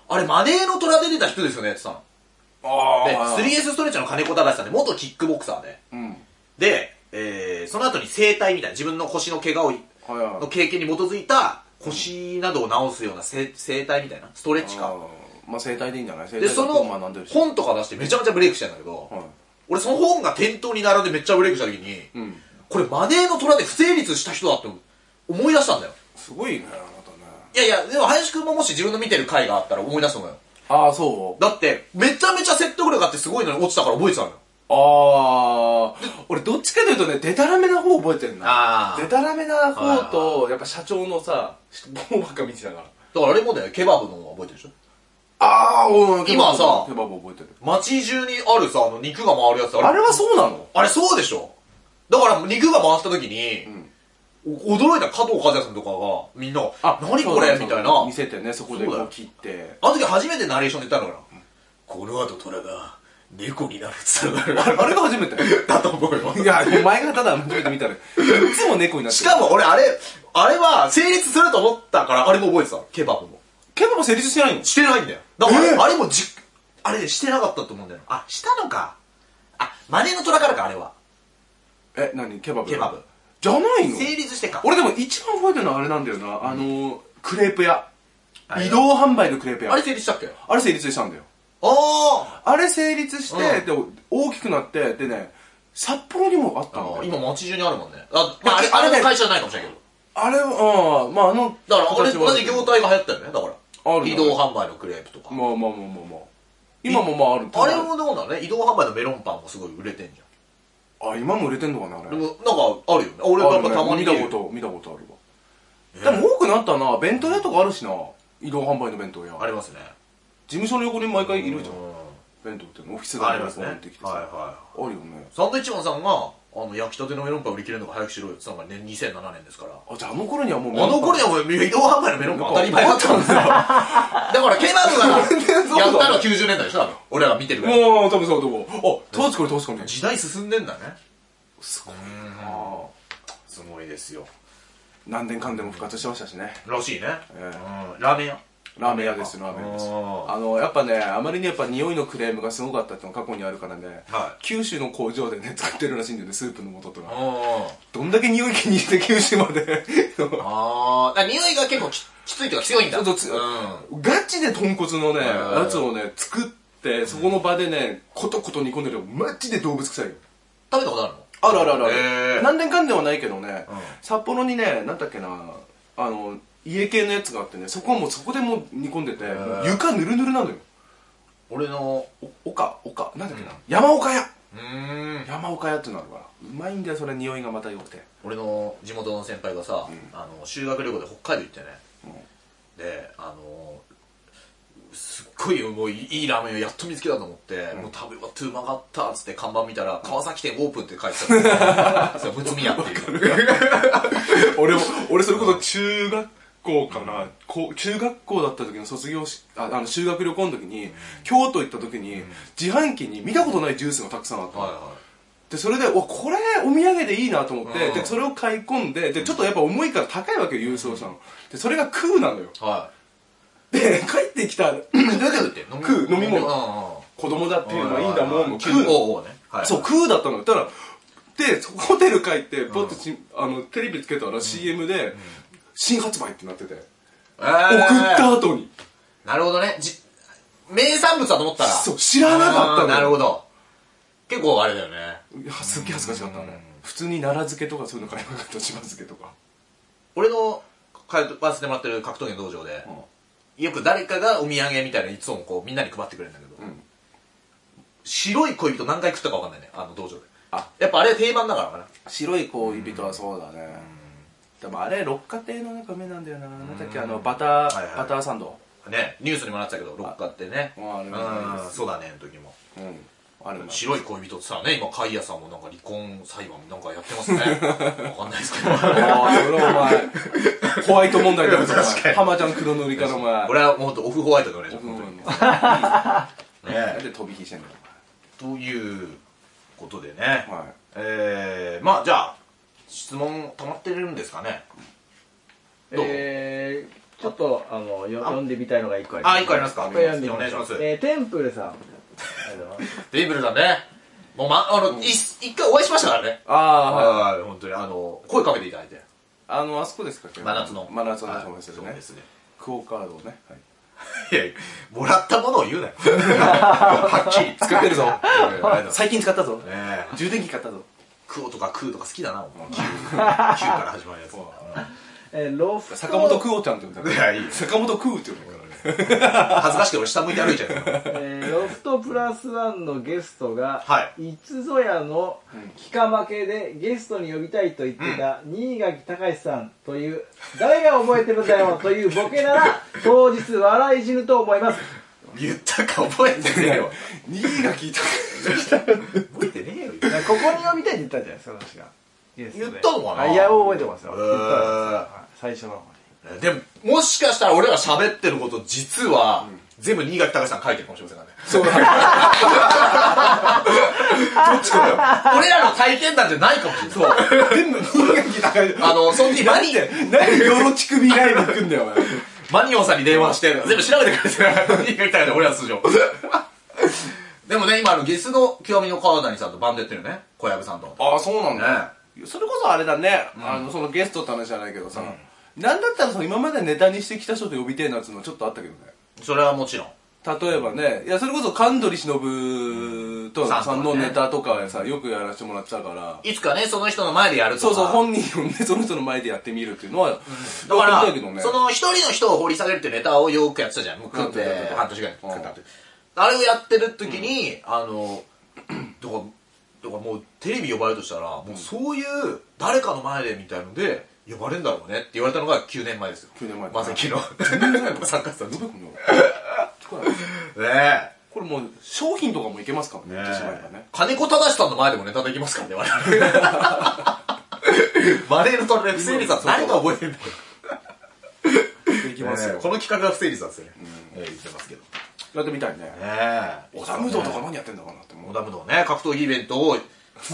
Speaker 1: あれ、マネーの虎で出た人ですよねって言って
Speaker 2: あ
Speaker 1: たの。で、3S ストレッチャーの金子忠さんで、元キックボクサーで。
Speaker 2: うん
Speaker 1: で、えー、その後に整体みたいな、自分の腰の怪我を、
Speaker 2: はいはい
Speaker 1: の経験に基づいた、腰などを治すような整整体みたいな、ストレッチか。
Speaker 2: あーまあ生体でいいんじゃない生
Speaker 1: で、
Speaker 2: 体
Speaker 1: その
Speaker 2: だと学んでるし、
Speaker 1: 本とか出してめちゃめちゃブレイクしてんだけど、
Speaker 2: はい
Speaker 1: 俺その本が店頭に並んでめっちゃブレイクした時に、
Speaker 2: うん、
Speaker 1: これマネーの虎で不成立した人だって思い出したんだよ。
Speaker 2: すごいねあなたね
Speaker 1: いやいや、でも林くんももし自分の見てる回があったら思い出すと思うよ。
Speaker 2: ああそう
Speaker 1: だって、めちゃめちゃ説得力あってすごいのに落ちたから覚えてたのよ。
Speaker 2: ああ俺どっちかというとねでたらめな方覚えてんな
Speaker 1: あー
Speaker 2: でたらめな方とやっぱ社長のさ棒ばっか見てたから
Speaker 1: だからあれもね、ケバブの方が覚えてるでしょ
Speaker 2: ああうん
Speaker 1: 今はさ
Speaker 2: ケバブ覚えてる
Speaker 1: 街中にあるさ、あの肉が回るやつあ
Speaker 2: あ
Speaker 1: れ
Speaker 2: れはそうなの
Speaker 1: あれそうでしょだから肉が回った時に、お驚いた加藤和也さんとかが、みんな、何これみたいな。
Speaker 2: 見せてねそこでこう切って
Speaker 1: あの時初めてナレーションで言ったのかな、この後虎が猫になるっつったの
Speaker 2: あれあれが初め *laughs* て
Speaker 1: だと思うよ
Speaker 2: いやお前がただ初めて見たらいつも猫になって
Speaker 1: *laughs* し
Speaker 2: る
Speaker 1: かも俺あれあれは成立すると思ったからあれも覚えてたのケバブも
Speaker 2: ケバブ成立してないの
Speaker 1: してないんだよだから、
Speaker 2: えー
Speaker 1: あれもじあれしてなかったと思うんだよあしたのかあマネの虎からかあれは
Speaker 2: え何ケバブ
Speaker 1: ケバブ
Speaker 2: じゃないの
Speaker 1: 成立してか
Speaker 2: 俺でも一番覚えてるのはあれなんだよなあのークレープ屋
Speaker 1: はい
Speaker 2: 移動販売のクレープ屋
Speaker 1: あれ成立したっけ
Speaker 2: あれ成立したんだよ
Speaker 1: あ
Speaker 2: あれ成立して、
Speaker 1: うん
Speaker 2: で大きくなってでね札幌にもあったん
Speaker 1: ー
Speaker 2: だよ
Speaker 1: 今街中にあるもんねあ,、まあ、あれ
Speaker 2: あれ
Speaker 1: あれの会社じゃないかもしれないけど
Speaker 2: あれはうんまああの
Speaker 1: だからあれ
Speaker 2: 形は
Speaker 1: 同じ業態が流行ったよねだから
Speaker 2: あるね
Speaker 1: 移動販売のクレープとか
Speaker 2: まあまあまあまあまあ今もまあある
Speaker 1: あれもどうなのね移動販売のメロンパンもすごい売れてんじ
Speaker 2: あ今も売れてんのかなあ
Speaker 1: ゃん
Speaker 2: れ
Speaker 1: でもなんかあるよね俺がやっぱ
Speaker 2: あるね
Speaker 1: たまに
Speaker 2: 見
Speaker 1: る
Speaker 2: たこと見たことあるわ、でも多くなったな弁当屋とかあるしな移動販売の弁当屋
Speaker 1: ありますね
Speaker 2: 事務所の横に毎回いるじゃん
Speaker 1: う
Speaker 2: 弁当売っていうのオフィス
Speaker 1: んあ
Speaker 2: 街
Speaker 1: り
Speaker 2: の
Speaker 1: ます
Speaker 2: 横
Speaker 1: ねは
Speaker 2: に持
Speaker 1: い
Speaker 2: ってきてさ、
Speaker 1: は
Speaker 2: あるよね
Speaker 1: いサンドイッチマンさんがあの焼きたてのメロンパン売り切れるのが早くしろよって言ったのが、ね、2007年ですから
Speaker 2: あじゃああの頃にはもう
Speaker 1: あの頃にはもう移動販売のメロンパン当たり前だったんです
Speaker 2: *laughs*
Speaker 1: よだからケナ
Speaker 2: 全然
Speaker 1: ブ
Speaker 2: *laughs* そう
Speaker 1: が
Speaker 2: だ
Speaker 1: やったの90年代でしょ多分俺らが見てるからい
Speaker 2: もう多分そう多分あ当時これ確かに
Speaker 1: 時代進んでんだね
Speaker 2: すごい
Speaker 1: うんすごいですよ
Speaker 2: 何年間でも復活してましたしね
Speaker 1: らしいね、
Speaker 2: え
Speaker 1: うんラーメン屋
Speaker 2: ラーメン屋ですラーメン屋です
Speaker 1: あー
Speaker 2: あのやっぱねあまりにやっぱ匂いのクレームがすごかったっていうのが過去にあるからね、
Speaker 1: はい
Speaker 2: 九州の工場でね作ってるらしいんだよねスープの素とか
Speaker 1: うん
Speaker 2: どんだけ匂い気にして九州まで *laughs*
Speaker 1: ああ、だから匂いが結構ききついというか強いんだ。
Speaker 2: そうそう強い
Speaker 1: ん。
Speaker 2: ガチで豚骨のね
Speaker 1: ー
Speaker 2: やつをね作ってそこの場でねコトコト煮込んでるよマジで動物臭いよ
Speaker 1: 食べたことあるの
Speaker 2: あるあるあるある、
Speaker 1: へー
Speaker 2: 何年間ではないけどね、
Speaker 1: うん
Speaker 2: 札幌にねなんだっけなあの家系のやつがあってねそこはもうそこでもう煮込んでて、
Speaker 1: ー
Speaker 2: もう床ぬるぬるなのよ
Speaker 1: 俺の、
Speaker 2: お岡岡なんだっけな、山岡屋
Speaker 1: うーん。
Speaker 2: 山岡屋っていうのあるからうまいんだよそれ匂いがまた良くて
Speaker 1: 俺の地元の先輩がさ、あの、修学旅行で北海道行ってね。で、あの、すっごいもういいいいラーメンをやっと見つけたと思って、もう食べ終わってうまかったっつって看板見たら、川崎店オープンって書いてた。 *laughs* そう、むつみ屋っていう。
Speaker 2: *laughs* 俺も俺それこそ中学校かな、こう中学校だった時の卒業しああの修学旅行の時に、京都行った時に、自販機に見たことないジュースがたくさんあったの、
Speaker 1: はいは
Speaker 2: でそれでうわこれお土産でいいなと思って、
Speaker 1: うん
Speaker 2: でそれを買い込んででちょっとやっぱ重いから高いわけよ郵送したのでそれが空なのよ
Speaker 1: い。は
Speaker 2: で帰ってきただけど
Speaker 1: い。って
Speaker 2: 食う飲み物
Speaker 1: うんうん
Speaker 2: 子供だっていうのはいいんだもんの
Speaker 1: 食う。
Speaker 2: 空
Speaker 1: おうおうね。はい
Speaker 2: そう空だったのよたらでそホテル帰ってポッとち、あのテレビつけたら CM で、新発売ってなってて、
Speaker 1: えー
Speaker 2: 送った後に
Speaker 1: なるほどね。じ、名産物だと思ったら。
Speaker 2: そう知らなかった
Speaker 1: あー
Speaker 2: のよ
Speaker 1: なるほど。結構あれだよね。
Speaker 2: いやすっげえ恥ずかしかったね、普通に奈良漬けとかそういうの買いなかったしば漬けとか
Speaker 1: 俺の通わせてもらってる格闘技の道場で、よく誰かがお土産みたいなのいつもこうみんなに配ってくれるんだけど、
Speaker 2: ん
Speaker 1: 白い恋人何回食ったか分かんないね、あの道場で。
Speaker 2: あ
Speaker 1: やっぱあれ定番だからかな。
Speaker 2: 白い恋人はそうだね、でもあれ六花亭のなんか梅なんだよな、なんだっけあのバター、
Speaker 1: はいはい
Speaker 2: バターサンド
Speaker 1: ね、ニュースにもなってたけど、六花ってね。
Speaker 2: ああれもいいです
Speaker 1: うんそうだね、の時も。
Speaker 2: うんあれも
Speaker 1: 白い恋人ってさ、ね、今、カイヤさんもなんか離婚裁判なんかやってますね。
Speaker 2: *laughs*
Speaker 1: わかんないですけど。
Speaker 2: ああそれお前ホワイト問題だよ
Speaker 1: 確かに
Speaker 2: 浜ちゃん黒塗りからお前
Speaker 1: 俺はもうほんとオフホワイトでお願いします。
Speaker 2: うん
Speaker 1: 本当に
Speaker 2: な
Speaker 1: ね
Speaker 2: んで飛び火してんの
Speaker 1: ということでね、
Speaker 2: お前はい
Speaker 1: えー、まあじゃあ質問溜まってるんですかねどう、
Speaker 2: えー
Speaker 3: ちょっとあのよ読んでみたいのが一個あります
Speaker 1: あ、一個ありますか。
Speaker 3: これ読んで
Speaker 1: お
Speaker 3: みま
Speaker 1: 願い
Speaker 3: し
Speaker 1: し
Speaker 3: ょう
Speaker 1: ます。
Speaker 3: えーテンプルさんありがとうございます
Speaker 1: デイブルさんね。もうま、あの、い一回お会いしましたからね。
Speaker 2: ああはい
Speaker 1: はい、本当に、あの、声かけていただいて。
Speaker 2: あのあそこですか
Speaker 1: 真夏の。
Speaker 2: 真夏の
Speaker 1: はい
Speaker 2: 話もですよ
Speaker 1: そう
Speaker 2: ね
Speaker 1: ですね。
Speaker 2: クオカードをねはい
Speaker 1: いや、もらったものを言うなよ。 *laughs* はっきり。
Speaker 2: 使ってるぞ
Speaker 1: ね
Speaker 2: *laughs* 最近使ったぞ
Speaker 1: え。
Speaker 2: 充電器買ったぞ
Speaker 1: クオとかクーとか好きだな、お前。キューから始まるやつ。
Speaker 3: えーロフト
Speaker 2: 坂本クオちゃんって呼んだ
Speaker 1: いや、いい。
Speaker 2: 坂本クオって呼んだ *laughs* からね
Speaker 1: 恥ずかしくて俺下向いて歩いちゃうから。
Speaker 3: えーロフトプラスワンのゲストが、、
Speaker 1: はい
Speaker 3: つぞやのきか負けでゲストに呼びたいと言っていた、新垣隆さんという、誰が覚えてるんだよというボケなら、当日笑い死ぬと思います。
Speaker 1: 言ったか覚えてねえよ。
Speaker 2: 2位が聞いた
Speaker 1: 覚えて *laughs* ねえよ。
Speaker 3: だからここに呼びたいって言ったんじゃないですか、私が。ゲスト
Speaker 1: 言
Speaker 3: で
Speaker 1: ったのかな
Speaker 3: あいや、覚えてますよ。
Speaker 1: へー
Speaker 3: 言ったんですよはい最初の方に。
Speaker 1: でも、もしかしたら俺ら喋ってること、実は、全部新垣隆さん書いてるかもしれませんからね。
Speaker 2: *laughs* そうだ *laughs*
Speaker 1: 俺らの体験談じゃないかもしれない。そう。
Speaker 2: 全部新垣 *laughs* 高い。
Speaker 1: あの、その時マニ、
Speaker 2: 何でよろちくびライブ行くんだよ、お前。
Speaker 1: マニオンさんに電話して、全部調べてくれてる。新垣隆さん、俺らの
Speaker 2: *laughs*
Speaker 1: 素性。でもね、今、あの、ゲスの極みの川谷さんとバンドやってるよね。小籔さんと。ね
Speaker 2: *laughs* ああ、そうなんだ。それこそあれだね、あの、そのゲストって話じゃないけどさ、なんだったらその今までネタにしてきた人と呼びてえなっていうのはちょっとあったけどね。
Speaker 1: それはもちろん。
Speaker 2: 例えばね、いや、それこそ神取忍と
Speaker 1: さんとかね
Speaker 2: さんのネタとかさ、よくやらせてもらってたから、
Speaker 1: いつかね、その人の前でやるとか。
Speaker 2: そうそう、本人をね、その人の前でやってみるっていうのは、
Speaker 1: だか
Speaker 2: やっ
Speaker 1: ら、
Speaker 2: てみたいけどね
Speaker 1: その一人の人を掘り下げるっていうネタをよくやってたじゃん。もう食って
Speaker 2: やってたやってた
Speaker 1: 半年ぐらい食ったって。あれをやってる時に、あの、 *clears throat* だから、だからもうテレビ呼ばれるとしたら、もうそういう誰かの前でみたいので、呼ばれるんだろうねって言われたのが9年前ですよ。
Speaker 2: 9年前
Speaker 1: まさきの。 *laughs* 作家さん
Speaker 2: ど
Speaker 1: の。
Speaker 2: こ
Speaker 1: ね
Speaker 2: 行くのこれ
Speaker 1: え。
Speaker 2: これもう商品とかもいけますからね、言ってしまえばね。
Speaker 1: 金子正さんの前でもネタできますからね、我々。マネーのトレ不成立だ。誰が覚えてるんだよ。
Speaker 2: いきますよ。
Speaker 1: この企画が不成立だっすよね。ええ言ってますけど。ね
Speaker 2: やってみたいね。
Speaker 1: え。
Speaker 2: 織田武道とか何やってんだかなって思
Speaker 1: 小
Speaker 2: う。
Speaker 1: 田武道ね、格闘技イベントを、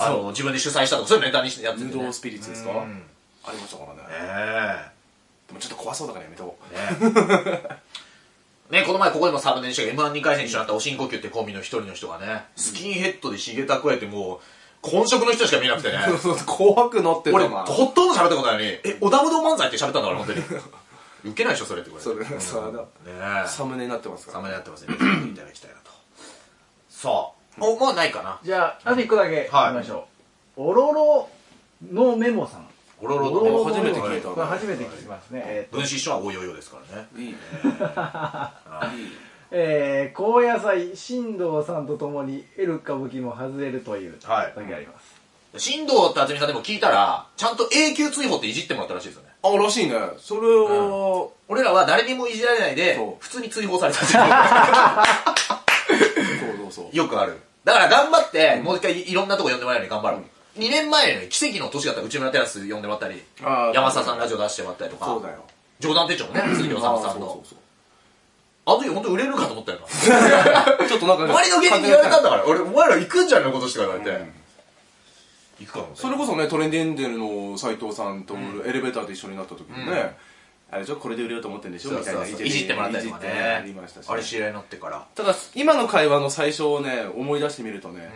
Speaker 1: あの、自分で主催したとか、そういうネタにしてやってて、
Speaker 2: 武
Speaker 1: ね。
Speaker 2: 道スピリッツですか
Speaker 1: うん
Speaker 2: ありましたからね。
Speaker 1: ね
Speaker 2: でもちょっと怖そうだからやめとこう。
Speaker 1: え。ねこの前ここでもサブネにしたけど、M12 回戦一緒になったおしんこきゅってコンビの一人の人がね、スキンヘッドでひげたくえてもう、混色の人しか見えなくてね。
Speaker 2: 怖くなって
Speaker 1: 俺、
Speaker 2: るな。
Speaker 1: ほとんど喋ったことないのに、え、小田武道漫才って *laughs* 喋ったんだから、本当に。ウケないでしょ、それってこれ。
Speaker 2: それ
Speaker 1: ね
Speaker 2: そうだ
Speaker 1: え。
Speaker 2: サムネになってますか
Speaker 1: サ
Speaker 2: ら。
Speaker 1: ムネやってます *laughs* ね。見ていただきたいなと。さあ、お、もうないかな。
Speaker 3: じゃあ、あと一個だけ
Speaker 1: はい
Speaker 3: 言いましょう。おろろのメモさん。
Speaker 1: オロロ
Speaker 3: おろろ
Speaker 1: と
Speaker 3: の
Speaker 1: ね、
Speaker 2: 初めて聞いた
Speaker 3: これ初めて聞きますね。えー
Speaker 1: 分子師匠はおいおいおですからね。
Speaker 2: いい
Speaker 1: *laughs*
Speaker 2: ね。いい
Speaker 3: えー、高野菜新藤さんとともにエル歌舞伎も外れるという時
Speaker 1: は
Speaker 3: あ
Speaker 1: い
Speaker 3: ります、
Speaker 1: 新藤ってあつみさんでも聞いたら、ちゃんと永久追放っていじってもらったらしいですよね。
Speaker 2: あ、らしいね。それを、
Speaker 1: 俺らは誰にもいじられないで
Speaker 2: そう、
Speaker 1: 普通に追放されたって
Speaker 2: そうそうそう
Speaker 1: *laughs* いうよくある。だから頑張って、もう一回いいろんなとこ呼んでもらえるように頑張る。2年前の奇跡の年だったら内村テラス呼んでもらったり、
Speaker 2: あー
Speaker 1: 山沢さんラジオ出してもらったりとか、
Speaker 2: そうだよ。
Speaker 1: 冗談手帳も
Speaker 2: *clears throat*
Speaker 1: ね、鈴木おさむさ
Speaker 2: あーそ
Speaker 1: ん
Speaker 2: う
Speaker 1: の。
Speaker 2: そう
Speaker 1: あの時本当売れるかと
Speaker 2: *laughs*
Speaker 1: 思ったよな。 *laughs*
Speaker 2: そうちょっとなんかね。
Speaker 1: 周りの芸人に言われたんだから、俺、お前ら行くんじゃないの今年とか言われ
Speaker 2: う
Speaker 1: て
Speaker 2: ん。
Speaker 1: 行くかも。
Speaker 2: それこそね、トレンディエンデルの斎藤さんとエレベーターで一緒になった時もね、あれでしょ、これで売れようと思ってんでしょ
Speaker 1: そう
Speaker 2: みたい
Speaker 1: そ
Speaker 2: な
Speaker 1: うそういじってもらったりとか
Speaker 2: いじってあり
Speaker 1: ね
Speaker 2: ました。し
Speaker 1: あれ知り合いになってから。
Speaker 2: ただ今の会話の最初をね思い出してみるとね、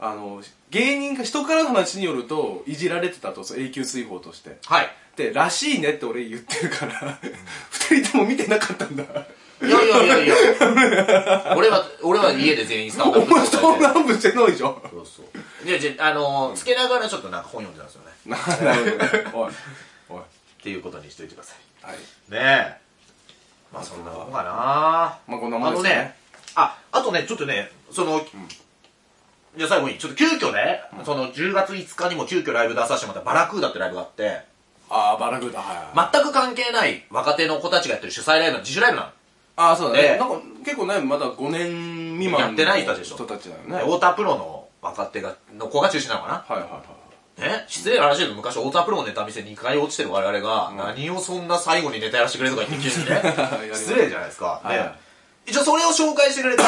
Speaker 2: あの芸人が人からの話によるといじられてたとそう永久追放として
Speaker 1: はい。
Speaker 2: で「らしいね」って俺言ってるから、 *laughs* 二人とも見てなかったんだ
Speaker 1: いやいやいやいや。
Speaker 2: *laughs*
Speaker 1: 俺は、俺は家で全員スタン
Speaker 2: お
Speaker 1: ダップ
Speaker 2: 前
Speaker 1: して
Speaker 2: ス
Speaker 1: た
Speaker 2: タ
Speaker 1: ん
Speaker 2: ン
Speaker 1: で
Speaker 2: ダップしてないじゃん
Speaker 1: そうそう。で、じゃあ、あのー、つけながらちょっとなんか本読んでたんですよね。
Speaker 2: ななるほどおいおい
Speaker 1: っていうことにしておいてください。
Speaker 2: はい
Speaker 1: ねえ。まあそんなもんかな
Speaker 2: まあこんな
Speaker 1: あ
Speaker 2: もんですか
Speaker 1: のね
Speaker 2: ね、
Speaker 1: あ、あとね、ちょっとね、その、じゃあ最後に、ちょっと急遽ね、その10月5日にも急遽ライブ出させてもらったバラクーダってライブがあって、
Speaker 2: ああバラグーダはい、はい
Speaker 1: 全く関係ない若手の子たちがやってる主催ライブの自主ライブなの。
Speaker 2: ああそうだね、
Speaker 1: で
Speaker 2: なんか結構ねまだ5年未満の
Speaker 1: やってない人たちでしょ
Speaker 2: たちだよね
Speaker 1: で
Speaker 2: はい
Speaker 1: 太田プロの若手が、の子が中心なのかな
Speaker 2: はいはい
Speaker 1: ね、失礼な話だけど昔太田プロのネタ見せ2回落ちてる我々が、何をそんな最後にネタやらせてくれとか言って
Speaker 2: *laughs*
Speaker 1: 急にね
Speaker 2: ります
Speaker 1: 失礼じゃないですか、
Speaker 2: はい
Speaker 1: で一応それを紹介して
Speaker 2: *coughs*
Speaker 1: くれた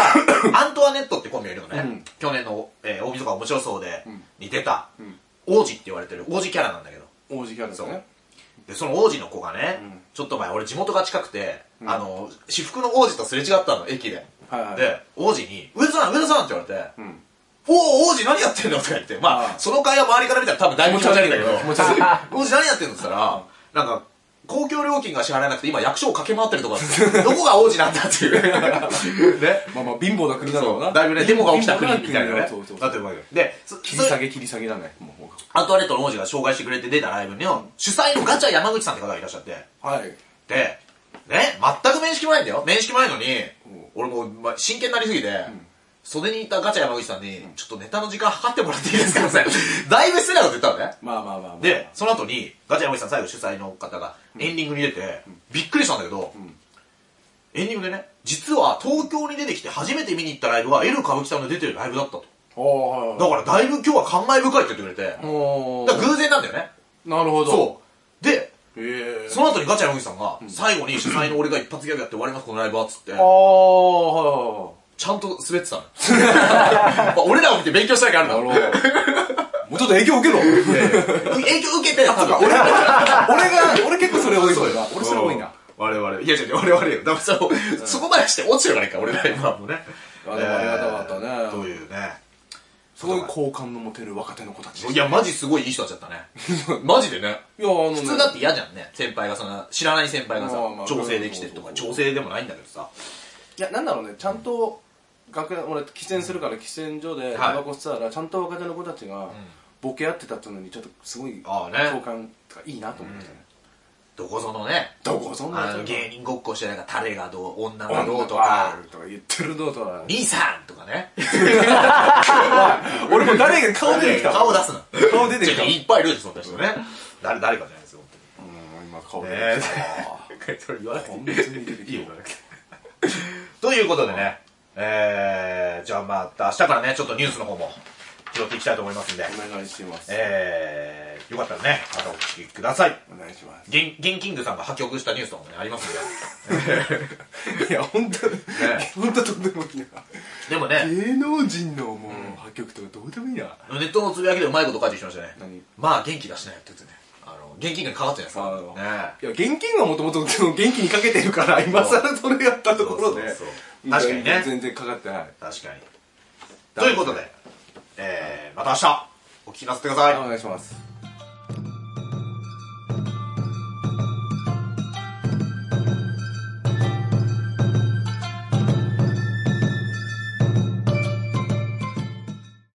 Speaker 1: アントワネットってコンビがいるのね、
Speaker 2: うん
Speaker 1: 去年の、えー、大晦日が面白そうで、
Speaker 2: ん
Speaker 1: に出た、
Speaker 2: ん
Speaker 1: 王子って言われてる王子キャラなんだけど
Speaker 2: 王子キャラですね
Speaker 1: で、その王子の子がね、
Speaker 2: うん
Speaker 1: ちょっと前、俺地元が近くて、
Speaker 2: ん
Speaker 1: あの、私服の王子とすれ違ったの、駅で。
Speaker 2: はいはい
Speaker 1: で、王子に、上田さん、上田さんって言われて、
Speaker 2: うん
Speaker 1: おお、王子何やってんのとか言って、まあ、
Speaker 2: ああ
Speaker 1: その会話周りから見たら多分だいぶ気持ち悪いんだけど、
Speaker 2: 気持ち悪い
Speaker 1: 王子何やってんのって言ったら、なんか、公共料金が支払えなくて今役所を駆け回ってるとか
Speaker 2: *laughs*
Speaker 1: って、どこが王子なんだっていう。ね。
Speaker 2: まあまあ貧乏な国だろう
Speaker 1: そ
Speaker 2: な
Speaker 1: うだいぶね、デモが起きた国
Speaker 2: 貧乏
Speaker 1: みたいなね。
Speaker 2: そうそう
Speaker 1: なってるわけよで、そ
Speaker 2: 切り下
Speaker 1: そ
Speaker 2: げ切り下げだねもう
Speaker 1: アントワレットの王子が紹介してくれて出たライブの主催のガチャ山口さんって方がいらっしゃって、
Speaker 2: はい
Speaker 1: で、ね、全く面識もないんだよ。面識もないのに、俺もう、ま真剣になりすぎて、袖にいたガチャ山口さんに、ちょっとネタの時間測ってもらっていいですかって *laughs* だいぶ失礼なこと言ったのね。
Speaker 2: まあまあまあまあ
Speaker 1: で、その後に、ガチャ山口さん最後主催の方がエンディングに出て、びっくりしたんだけど、エンディングでね、実は東京に出てきて初めて見に行ったライブは L 歌舞伎さんの出てるライブだったと。
Speaker 2: おーはいはい
Speaker 1: だからだいぶ今日は感慨深いって言ってくれて、
Speaker 2: お
Speaker 1: だから偶然なんだよね。
Speaker 2: なるほど
Speaker 1: そう。で、
Speaker 2: うへえ
Speaker 1: その後にガチャ山口さんが、最後に主催の俺が一発ギャグやって終わります、このライブは、つって
Speaker 2: あ、あは
Speaker 1: ちゃんと滑ってた *laughs* の。やっぱ俺らを見て勉強したいからあ
Speaker 2: い
Speaker 1: る
Speaker 2: はい
Speaker 1: な。
Speaker 2: はいなる
Speaker 1: *laughs*
Speaker 2: ほどもうちょっと影響受けろ
Speaker 1: 影響受けてたの。
Speaker 2: 俺が俺が俺結構それ多い方だ俺それ多いな。
Speaker 1: 我々。いや違う違う、我々よ。だからそのそこまでして落ちてるからいいから、俺ら今もね。
Speaker 2: あでもありがたかったね
Speaker 1: えーというね。
Speaker 2: すごい好感の持てる若手の子たち
Speaker 1: いや、マジすごいいい人だっちゃったね。
Speaker 2: *laughs*
Speaker 1: マジでね。
Speaker 2: いやあのね
Speaker 1: 普通だって嫌じゃんね。先輩がその、知らない先輩がさ
Speaker 2: まあま、あ
Speaker 1: 調整できてとか、
Speaker 2: そうそう
Speaker 1: 調整でもないんだけどさ。
Speaker 2: いやなんだろうねちゃんと学園俺喫煙するから喫煙所で
Speaker 1: はい
Speaker 2: タバコ吸ってたらちゃんと若手の子たちがボケ合ってたっていうのにちょっとすごい
Speaker 1: ああね
Speaker 2: 共感とかいいなと思ってね
Speaker 1: どこぞのね、
Speaker 2: どこそんな
Speaker 1: あ
Speaker 2: やつ
Speaker 1: の
Speaker 2: が
Speaker 1: 芸人ごっこしてなんか、タレがどう、女が
Speaker 2: 女
Speaker 1: どう
Speaker 2: と
Speaker 1: と
Speaker 2: か
Speaker 1: か、
Speaker 2: とか言ってるのと *laughs* か
Speaker 1: 兄さんとかね。
Speaker 2: 俺も誰が顔出てきた
Speaker 1: 顔出すな。
Speaker 2: 顔出てきた
Speaker 1: ちょっといっぱいいるでしょ、そんな人ね。誰、誰かじゃないですよ、
Speaker 2: うん今顔出
Speaker 1: 本
Speaker 2: て
Speaker 1: 当に。
Speaker 2: き
Speaker 1: え。それ言わなく
Speaker 2: た
Speaker 1: て
Speaker 2: 本
Speaker 1: *laughs* い
Speaker 2: 当に出て
Speaker 1: い。いい
Speaker 2: き
Speaker 1: よ、
Speaker 2: た
Speaker 1: 言わなくて。ということでね、えー、じゃあまた明日からね、ちょっとニュースの方も拾っていきたいと思いますんで、
Speaker 2: お願いします
Speaker 1: えー、よかったらね、またお聞きください。
Speaker 2: お願いしま
Speaker 1: ゲン、ゲンキングさんが破局したニュースとかもね、ありますん
Speaker 2: *laughs* すいや本当に
Speaker 1: ね
Speaker 2: 本当とんでもないな
Speaker 1: で。でもね、
Speaker 2: 芸能人のもう破局とかどうでもいいな
Speaker 1: ネットのつぶやきでうまいこと書いてきましたね
Speaker 2: 何。
Speaker 1: まあ、元気出しなよって言ってね。あの、元気がかかってるじゃないですか。ね
Speaker 2: いや、現金はもともと現金にかけてるから、今更それやったところで
Speaker 1: そうそうそう。確かにね
Speaker 2: 全然かかってない。
Speaker 1: 確かに。ということで、えー、また明日、お聞きなさってください。
Speaker 2: お願いします。